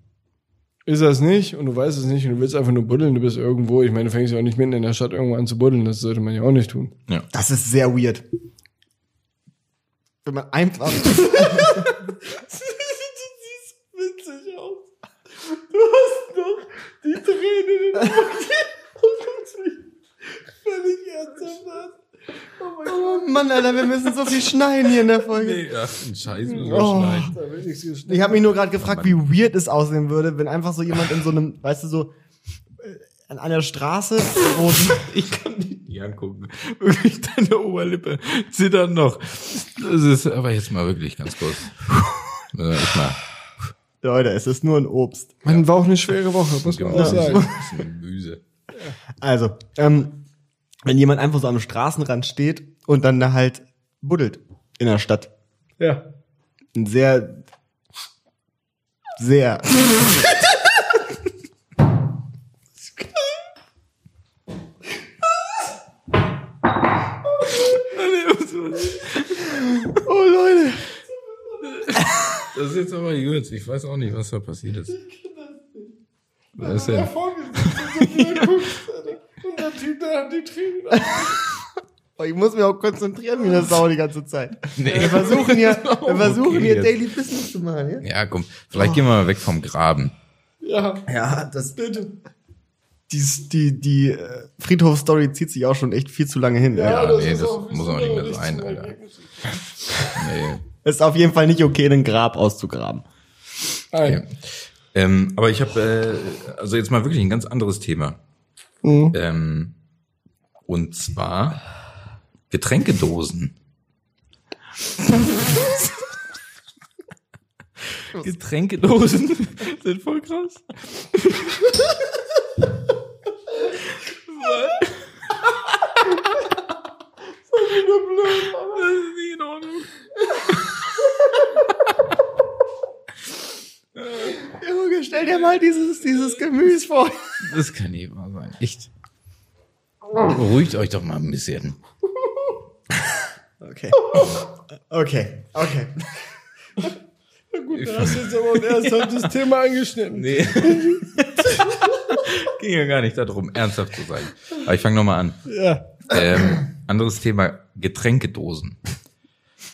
S3: Ist er es nicht und du weißt es nicht und du willst einfach nur buddeln, du bist irgendwo. Ich meine, du fängst ja auch nicht mitten in der Stadt irgendwo an zu buddeln. Das sollte man ja auch nicht tun.
S1: Das ist sehr weird. Wenn man einfach.
S3: witzig aus. Du hast noch die Tränen in den und guckst mich völlig ernsthaft an.
S1: Oh Mann, Alter, wir müssen so viel schneiden hier in der Folge.
S2: Nee, ach, ein Scheiß müssen wir
S1: Oh.
S2: schneiden.
S3: Da will ich sie
S1: Ich habe mich nur gerade gefragt, wie weird es aussehen würde, wenn einfach so jemand in so einem, weißt du, so äh, an einer Straße, wo
S2: Ich kann dich nicht angucken. Wirklich, deine Oberlippe zittert noch. Das ist aber jetzt mal wirklich ganz kurz. Äh, Müssen wir echt mal.
S1: Leute, es ist nur ein Obst.
S3: Man war auch eine schwere Woche, muss man auch
S2: Gemüse.
S3: sagen.
S2: Das ist Gemüse.
S1: Also, ähm, wenn jemand einfach so am Straßenrand steht und dann da halt buddelt in der Stadt.
S3: Ja.
S1: Ein sehr, sehr. Oh Leute.
S2: Das ist jetzt aber gut. Ich weiß auch nicht, was da passiert ist. Was ist denn?
S3: Und der Typ, der hat die Tränen.
S1: Oh, Ich muss mich auch konzentrieren wie eine Sau die ganze Zeit.
S2: Nee.
S1: Wir versuchen hier, wir
S2: Okay,
S1: versuchen hier
S2: jetzt.
S1: Daily Business zu machen. Ja?
S2: Ja, komm. Vielleicht gehen wir mal weg vom Graben.
S3: Ja,
S1: Ja, das
S3: bitte.
S1: die die, die äh, Friedhofsstory zieht sich auch schon echt viel zu lange hin.
S2: Ja,
S1: Ja.
S2: nee,
S3: ist
S2: das
S3: auch-
S2: muss
S3: wir
S2: auch
S3: sind
S2: nicht
S3: aber
S2: mehr sein,
S3: zum
S2: Alter.
S3: Ergebnis.
S2: Nee.
S1: Ist auf jeden Fall nicht okay, ein Grab auszugraben.
S2: Ja.
S3: Ein.
S2: Ähm, aber ich habe, äh, also jetzt mal wirklich ein ganz anderes Thema. Ähm, und zwar Getränkedosen. Getränkedosen sind voll krass. Das ist nicht in Ordnung.
S1: Junge, stell dir mal dieses, dieses Gemüse vor.
S2: Das kann nicht wahr sein. Echt. Beruhigt euch doch mal ein bisschen.
S1: Okay. Okay, okay.
S3: Gut, da hast du jetzt aber auch ernsthaft das Thema angeschnitten.
S2: Nee. Ging ja gar nicht darum, ernsthaft zu sein. Aber ich fange nochmal an.
S3: Ja.
S2: Ähm, anderes Thema, Getränkedosen.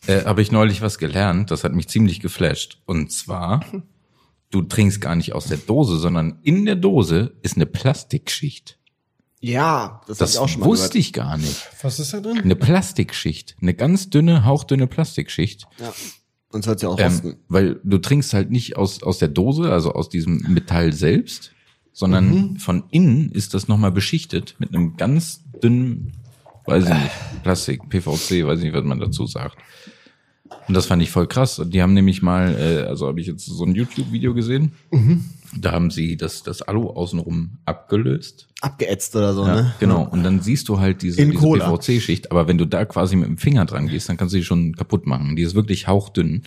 S2: Äh, Habe ich neulich was gelernt, das hat mich ziemlich geflasht. Und zwar, du trinkst gar nicht aus der Dose, sondern in der Dose ist eine Plastikschicht.
S1: Ja, das, hab
S2: Das wusste
S1: gehört.
S2: ich gar nicht.
S3: Was ist da drin?
S2: Eine Plastikschicht, eine ganz dünne, hauchdünne Plastikschicht.
S1: Ja. Sonst hört sie auch
S2: Ähm,
S1: rosten.
S2: weil du trinkst halt nicht aus, aus der Dose, also aus diesem Metall selbst, sondern von innen ist das nochmal beschichtet mit einem ganz dünnen, weiß ich nicht, Plastik, PVC, weiß ich nicht, was man dazu sagt. Und das fand ich voll krass. Und Die haben nämlich mal, äh, also habe ich jetzt so ein YouTube-Video gesehen, da haben sie das, das Alu außenrum abgelöst.
S1: Abgeätzt oder so,
S2: Ja,
S1: ne?
S2: genau. Und dann siehst du halt diese,
S1: In
S2: diese
S1: Cola.
S2: PVC-Schicht. Aber wenn du da quasi mit dem Finger dran gehst, dann kannst du die schon kaputt machen. Die ist wirklich hauchdünn.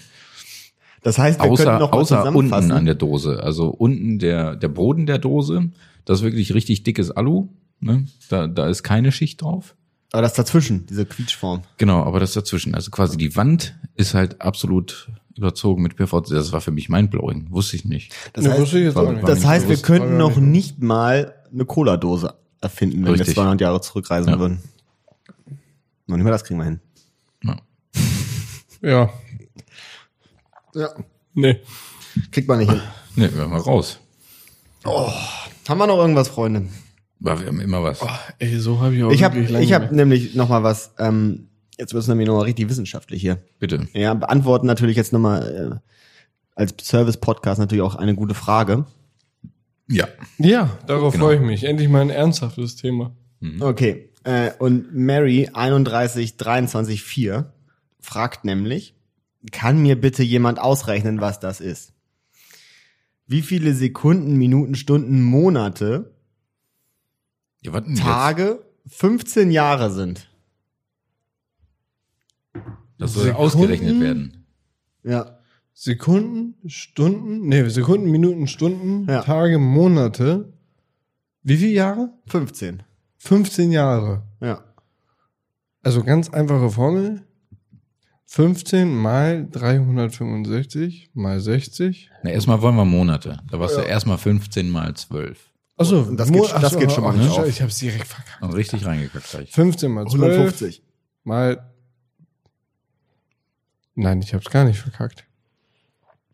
S1: Das heißt, wir könnten
S2: Außer,
S1: noch mal
S2: außer unten
S1: zusammenfassen.
S2: an der Dose. Also unten der, der Boden der Dose. Das ist wirklich richtig dickes Alu. Ne? Da, da ist keine Schicht drauf.
S1: Aber das dazwischen, diese Quietschform.
S2: Genau, aber das dazwischen. Also quasi die Wand ist halt absolut überzogen mit PVC. Das war für mich mindblowing. Wusste ich nicht.
S1: Das
S3: Ja,
S1: heißt,
S3: wusste ich jetzt auch nicht.
S1: das
S2: War mir
S1: heißt
S2: nicht
S1: wir
S2: bewusst.
S3: War
S1: könnten
S3: mir
S1: noch
S3: nicht
S1: nicht mal eine Cola-Dose erfinden, wenn wir
S2: Richtig.
S1: 200 Jahre zurückreisen
S2: Ja.
S1: würden. Noch nicht mal das kriegen wir hin.
S2: Ja.
S3: Ja.
S1: Ja.
S3: Nee.
S1: Kriegt man nicht hin.
S2: Ne, wir mal raus.
S1: Haben wir noch irgendwas, Freunde?
S2: Aber wir haben immer was.
S1: Oh.
S3: Ey, so habe ich auch
S1: Ich habe
S3: wirklich lange
S1: ich hab ne-
S3: nicht-
S1: nämlich noch mal was. Ähm, jetzt wird's nämlich noch mal richtig wissenschaftlich hier.
S2: Bitte.
S1: Ja, beantworten natürlich jetzt noch mal äh, als Service-Podcast natürlich auch eine gute Frage.
S2: Ja.
S3: Ja, darauf
S2: Genau.
S3: freue ich mich. Endlich mal ein ernsthaftes Thema.
S1: Okay. Äh, und Mary 31234 fragt nämlich, kann mir bitte jemand ausrechnen, was das ist? Wie viele Sekunden, Minuten, Stunden, Monate,
S2: Ja, was denn jetzt?
S1: Tage, 15 Jahre sind?
S2: Das soll
S3: Sekunden?
S2: ausgerechnet werden.
S1: Ja.
S3: Sekunden, Stunden, nee, Sekunden, Minuten, Stunden,
S1: Ja.
S3: Tage, Monate. Wie viele Jahre?
S1: 15.
S3: 15 Jahre.
S1: Ja.
S3: Also ganz einfache Formel. 15 mal 365 mal 60.
S2: Na, erstmal wollen wir Monate. Da warst du erstmal 15 mal 12.
S3: Achso,
S1: Und das geht- das geht schon mal nicht auf.
S3: Ich hab's direkt verkackt.
S2: Und Also richtig reingekackt gleich.
S3: 15 mal 12
S1: 150.
S3: mal. Nein, ich hab's gar nicht verkackt.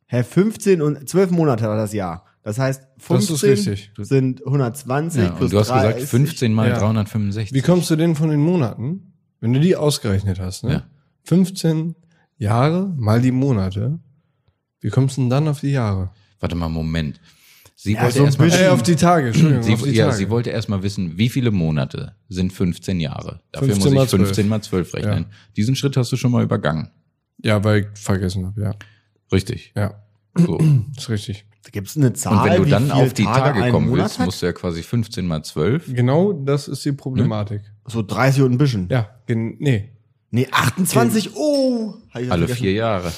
S1: Hä, 15 und 12 Monate war das Jahr. Das heißt,
S3: Das ist
S1: 15
S3: richtig.
S1: sind 120
S2: Ja,
S1: plus
S2: und du hast
S1: 30.
S2: gesagt 15 mal
S3: Ja.
S2: 365.
S3: Wie kommst du denn von den Monaten, wenn du die ausgerechnet hast? Ne?
S2: Ja.
S3: 15 Jahre mal die Monate. Wie kommst du denn dann auf die Jahre?
S2: Warte mal, Moment. Sie
S1: Ja,
S2: wollte
S1: so ein
S2: erstmal
S1: bisschen.
S3: Äh, auf die Tage, Entschuldigung, auf
S2: sie,
S3: die
S2: ja,
S3: Tage.
S2: sie wollte erstmal wissen, wie viele Monate sind 15 Jahre. Dafür
S3: 15 mal
S2: muss ich
S3: 12.
S2: 15 mal 12 rechnen. Diesen Schritt hast du schon mal übergangen.
S3: ja, weil ich vergessen habe, ja.
S2: Richtig.
S3: Ja,
S2: So. Und
S3: ist richtig.
S1: Gibt es eine Zahl?
S2: wenn du
S1: wie
S2: dann
S1: viele
S2: auf die Tage,
S1: ein
S2: kommen
S1: Monat
S2: willst,
S1: hat?
S2: musst du ja quasi 15 mal 12.
S3: Genau das ist die Problematik.
S1: So 30 und ein bisschen.
S3: Ja, gen nee.
S1: Nee, 28. Oh! Hab ich
S2: Alle
S1: vergessen.
S2: vier Jahre.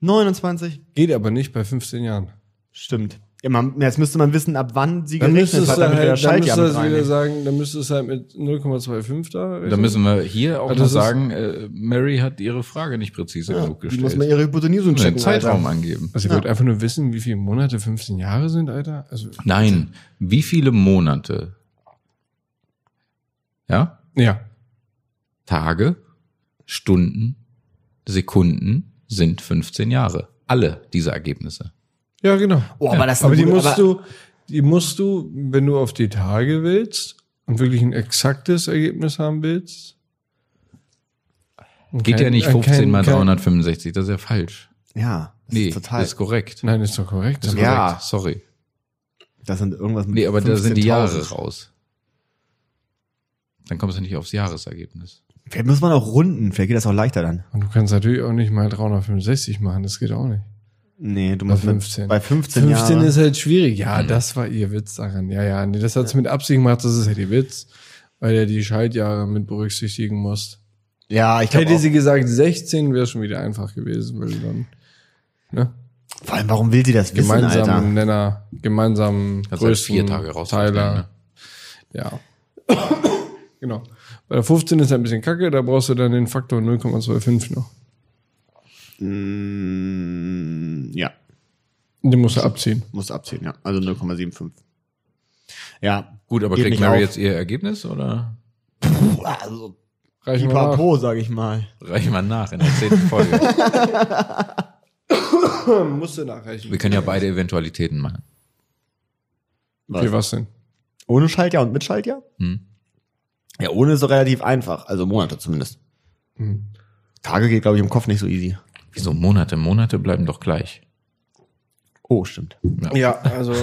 S1: 29.
S3: Geht aber nicht bei 15 Jahren.
S1: Stimmt. Ja, man, jetzt müsste man wissen, ab wann sie
S3: Dann
S1: gerechnet
S3: müsstest
S1: hat,
S3: du
S1: damit wir das
S3: halt, dann
S1: Schaltjahr
S3: müsstest du
S1: mit
S3: das wieder
S1: reinnehmen.
S3: sagen, dann müsstest du halt mit 0,25 da rechnen.
S2: Da müssen wir hier auch
S3: Also
S2: noch
S3: das ist-
S2: sagen, äh, Mary hat ihre Frage nicht präzise genug
S1: Die muss
S2: gestellt.
S1: man ihre Hypotenuse
S2: Und den
S1: checken,
S2: Zeitraum
S1: Alter.
S2: angeben.
S3: Also ich wollte einfach nur wissen, wie viele Monate 15 Jahre sind, Alter. Also,
S2: Nein, wie viele Monate? Ja?
S3: ja.
S2: Tage, Stunden, Sekunden sind 15 Jahre. Alle diese Ergebnisse.
S3: Ja, genau.
S1: Oh, aber das ist
S3: aber
S1: eine
S3: die
S1: gute-
S3: musst
S1: aber-
S3: du, die musst du, wenn du auf die Tage willst und wirklich ein exaktes Ergebnis haben willst.
S2: Geht ja
S1: äh,
S2: nicht 15 mal 365, das ist ja falsch.
S1: Ja, das
S2: Nee,
S1: ist total.
S2: ist korrekt.
S3: Nein, ist doch korrekt.
S2: Ist
S1: Ja.
S2: korrekt. Sorry.
S1: das sind irgendwas mit
S2: Nee, aber da sind die
S1: 15.000.
S2: Jahre raus. Dann kommst du nicht aufs Jahresergebnis.
S1: Vielleicht muss man auch runden, vielleicht geht das auch leichter dann.
S3: Und du kannst natürlich auch nicht mal 365 machen, das geht auch nicht.
S1: Nee, du
S3: Bei
S1: musst mit-
S3: 15.
S1: Also bei 15,
S3: 15
S1: Jahre. Genau.
S3: ist halt schwierig. Ja, das war ihr Witz daran. Ja, ja, nee, das hat's mit Absicht gemacht, das ist halt ihr Witz, weil er die Schaltjahre mit berücksichtigen muss.
S1: ja, ich
S3: Hätte
S1: glaube
S3: sie gesagt 16, wäre schon wieder einfach gewesen, weil du dann ne,
S1: Vor allem, warum will sie das wissen,
S3: gemeinsamen
S1: Alter?
S3: Nenner, gemeinsamen
S2: Kannst halt
S3: größten
S2: vier Tage ne? raus.
S3: Teiler.
S1: ne?
S3: Ja. genau. Bei der 15 ist ein bisschen kacke, da brauchst du dann den Faktor 0,25 noch.
S1: Mm, ja.
S3: Den musst du abziehen.
S1: Muss abziehen, ja. Also 0,75. Ja.
S2: Gut, aber
S1: Geht nicht
S2: kriegt Mary
S1: auf.
S2: jetzt ihr Ergebnis oder
S1: Puh, also,
S3: Reichen wir nach.
S1: Pipapo, sag ich mal.
S2: reichen wir nach in der zehnten Folge?
S3: Musst du nachreichen.
S2: Wir können ja beide Eventualitäten machen.
S3: Okay, was denn?
S1: Ohne Schaltjahr und mit Schaltjahr?
S2: Hm?
S1: Ja, ohne ist doch relativ einfach. Also Monate zumindest. Tage geht, glaube ich, im Kopf nicht so easy.
S2: Wieso Monate? Monate bleiben doch gleich.
S1: Oh, stimmt.
S3: Ja, also. das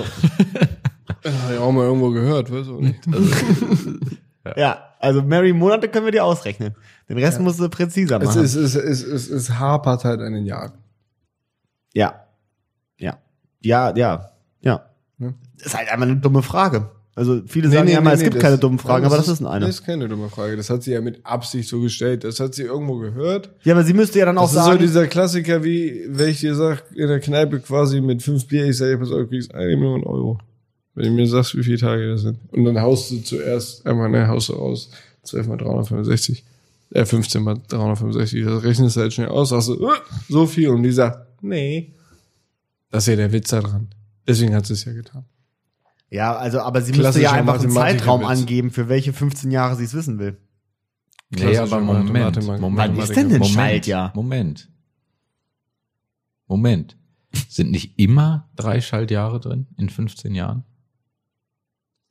S3: Äh, hab ich auch mal irgendwo gehört, weißt du? nicht.
S1: Ja, also Mary Monate können wir dir ausrechnen. Den Rest musst du präziser
S3: Es,
S1: machen.
S3: es, es, es, es, es hapert halt an den Jahren.
S1: ja. Ja. Ja, ja. Ja.
S3: Ne?
S1: Das ist halt einfach eine dumme Frage. Also viele sagen ja immer, es gibt keine dummen Fragen, aber das ist eine.
S3: Das ist keine dumme Frage. Das hat sie ja mit Absicht so gestellt. Das hat sie irgendwo gehört.
S1: Ja, aber sie müsste ja dann auch
S3: Das ist so
S1: sagen,
S3: dieser Klassiker, wie, wenn ich dir sag, in der Kneipe quasi mit fünf Bier, ich sage, pass auf, du kriegst eine Million Euro. Wenn du mir sagst, wie viele Tage das sind. Und dann haust du zuerst einmal, ne, haust du raus. 12 mal 365. Äh, 15 mal 365. Das rechnest du halt schnell aus, sagst du, äh, so viel. Und die sagt, nee. Das ist ja der Witz daran. Deswegen hat sie es ja getan.
S1: ja, also, aber sie müsste ja
S3: Klassischer
S1: einfach einen
S3: Mathematiker-Witz.
S1: Zeitraum angeben, für welche 15 Jahre sie es wissen will.
S2: Nee, aber
S3: Klassische
S2: Moment,
S3: Mathematik-
S2: Moment,
S1: Wann
S2: Moment,
S1: ist denn denn
S2: Moment,
S1: Schaltjahr?
S2: Moment. Moment. Sind nicht immer drei Schaltjahre drin in 15 Jahren?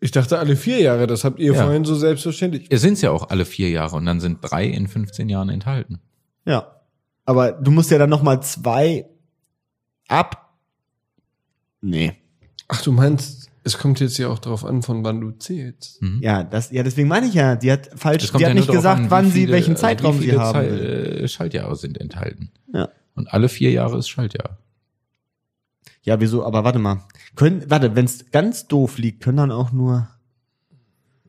S3: Ich dachte alle vier Jahre, das habt ihr
S2: Ja.
S3: vorhin so selbstverständlich.
S2: Es sind ja auch alle vier Jahre und dann sind drei in 15 Jahren enthalten.
S1: Ja. Aber du musst ja dann nochmal zwei ab. Nee.
S3: Ach, du meinst, es kommt jetzt ja auch drauf an, von wann du zählst.
S1: Ja, das, ja, deswegen meine ich ja, die hat falsch,
S2: Mhm. Es
S1: die hat nicht
S2: nur drauf
S1: gesagt,
S2: an, wie
S1: wann sie
S2: viele-
S1: welchen
S2: also
S1: Zeitraum
S2: wie
S1: sie
S2: viele
S1: haben
S2: Zei-
S1: will.
S2: äh, Schaltjahre sind enthalten.
S1: Ja.
S2: Und alle vier Jahre ist Schaltjahr.
S1: Ja, wieso? Aber warte mal. Können, warte, wenn es ganz doof liegt, können dann auch nur.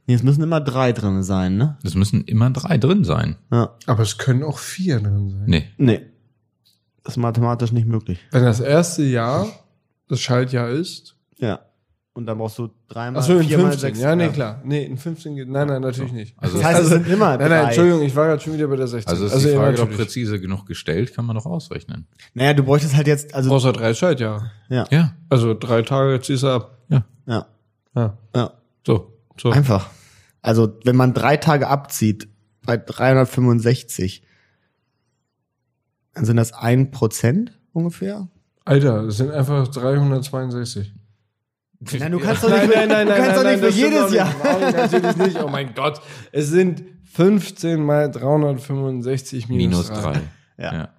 S1: Nee, es müssen immer drei drin sein, ne?
S2: Es müssen immer drei drin sein.
S1: Ja.
S3: Aber es können auch vier drin sein.
S2: Nee.
S1: Nee. Das ist mathematisch nicht möglich.
S3: Wenn das erste Jahr das Schaltjahr ist.
S1: Ja. Und dann brauchst du dreimal.
S3: Achso, in
S1: viermal
S3: 15.
S1: sechs-
S3: ja, nee, klar. Nee, in 15 geht. Nein, nein, natürlich nicht.
S2: Also-
S1: Das heißt, es sind immer
S3: Nein,
S1: drei.
S3: nein, Entschuldigung, ich war gerade schon wieder bei der 16.
S2: Also ist die
S3: ja,
S2: Frage doch
S3: natürlich.
S2: präzise genug gestellt, kann man doch ausrechnen.
S1: Naja, du bräuchtest halt jetzt, also.
S3: Außer drei Schaltjahre.
S1: Ja.
S2: Ja,
S3: Also drei Tage ziehst du ab.
S2: ja.
S1: Ja.
S3: Ja.
S1: ja.
S2: So.
S3: So.
S1: Einfach. Also, wenn man drei Tage abzieht, bei 365, dann sind das ein Prozent ungefähr?
S3: Alter, es sind einfach 362.
S1: Nein, du kannst doch nicht, für- du kannst doch nicht
S3: das
S1: für
S3: stimmt
S1: jedes
S3: doch
S1: Jahr.
S3: nicht. Nein, natürlich nicht. Oh mein Gott. Es sind 15 mal 365
S2: Minus
S3: minus, drei.
S2: drei.
S1: Ja.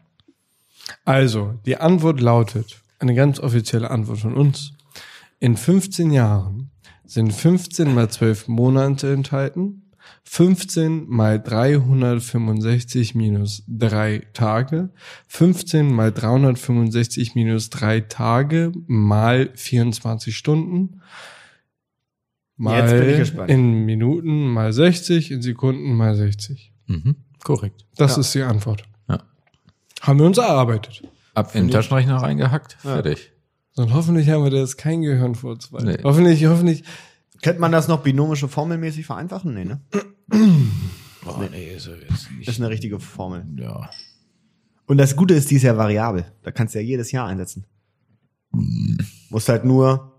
S3: Also, die Antwort lautet, eine ganz offizielle Antwort von uns. In 15 Jahren sind 15 mal 12 Monate enthalten, 15 mal 365 minus 3 Tage, 15 mal 365 minus 3 Tage mal 24 Stunden, mal
S1: Jetzt bin ich gespannt.
S3: in Minuten mal 60, in Sekunden mal 60.
S2: Mhm. Korrekt.
S3: Das ist die Antwort.
S2: Ja.
S3: Haben wir uns erarbeitet.
S2: Ab in den Taschenrechner reingehackt, fertig.
S3: Und hoffentlich haben wir da jetzt kein Gehirnfurz weiter.
S2: Nee.
S3: Hoffentlich, hoffentlich.
S1: Könnte man das noch binomische formelmäßig vereinfachen? Nee, ne?
S2: Boah, nee, so jetzt nicht.
S1: Das ist eine richtige Formel.
S2: ja.
S1: Und das Gute ist, die ist ja variabel. Da kannst du ja jedes Jahr einsetzen.
S2: Hm.
S1: Musst halt nur,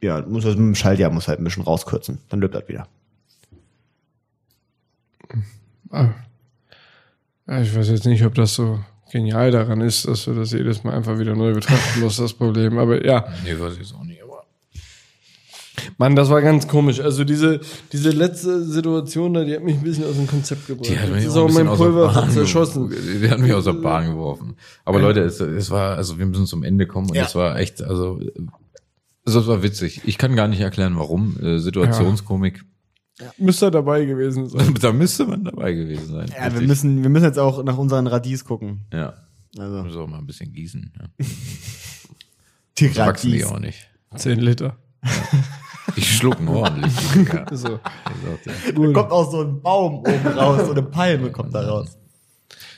S1: ja, musst das mit dem Schaltjahr musst halt ein bisschen rauskürzen. Dann löbt das wieder.
S3: Ah. Ja, ich weiß jetzt nicht, ob das so genial daran ist, dass wir das jedes Mal einfach wieder neu betrachten muss, das Problem. Aber ja,
S2: Nee, weiß ich auch nicht, aber.
S3: Mann, das war ganz komisch. Also diese, diese letzte Situation da, die hat mich ein bisschen aus dem Konzept gebracht.
S2: Die hat
S3: das
S2: mich
S3: ist
S2: auch ein
S3: mein
S2: bisschen aus der
S3: Pulver
S2: Bahn
S3: zerschossen.
S2: geworfen. Die hat mich aus der Bahn geworfen. Aber Leute, es, es war, also wir müssen zum Ende kommen und
S1: Ja.
S2: es war echt, also, äh, also es war witzig. Ich kann gar nicht erklären, warum. Äh, Situationskomik.
S3: Müsste er dabei gewesen sein.
S2: Da müsste man dabei gewesen sein.
S1: Ja, wir
S2: Richtig.
S1: müssen, wir müssen jetzt auch nach unseren Radies gucken.
S2: Ja.
S1: Also,
S2: Müssen wir auch mal ein bisschen gießen. Ja.
S1: die
S2: So wachsen die
S1: Radies.
S2: auch nicht.
S3: Zehn Liter.
S2: Die schlucken ordentlich. die Dinger.
S3: So.
S1: Da kommt auch so ein Baum oben raus, so eine Palme kommt da raus.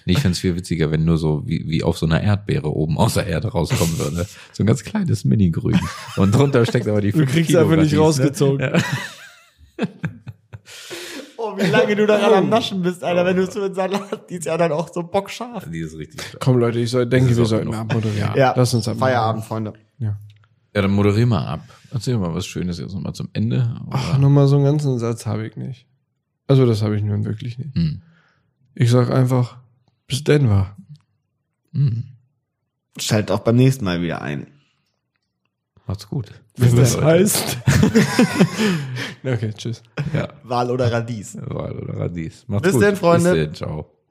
S2: Nee, ich find's viel witziger, wenn nur so wie, wie auf so einer Erdbeere oben aus der Erde rauskommen würde. So ein ganz kleines Mini-Grün. Und drunter steckt aber die
S3: Du
S2: 5
S3: kriegst
S2: Kilo
S3: einfach nicht
S2: Radieschen. ne?
S3: rausgezogen.
S1: Oh, wie lange du daran am Naschen bist, Alter, wenn du es mit Salat, die ist ja dann auch so bockscharf.
S2: Die ist richtig stark.
S3: Komm Leute, ich soll, denke,
S2: ist
S3: wir
S2: auch
S3: sollten
S2: genug.
S3: abmoderieren.
S1: Ja,
S3: lass uns abmoderieren.
S1: Feierabend, Freunde.
S3: Ja.
S2: Ja, dann moderier mal ab. Erzähl mal was Schönes jetzt nochmal zum Ende.
S3: Ach, nochmal so einen ganzen Satz habe ich nicht. Also das habe ich nun wirklich nicht.
S2: Hm.
S3: Ich sag einfach, bis Denver.
S1: Schalt auch beim nächsten Mal wieder ein.
S2: Macht's gut.
S3: Wenn das heißt. okay, tschüss.
S2: Ja,
S1: Wahl oder Radies.
S2: Wahl oder Radies. Macht's
S1: Bis
S2: gut.
S1: denn, Freunde.
S2: Bis denn, ciao.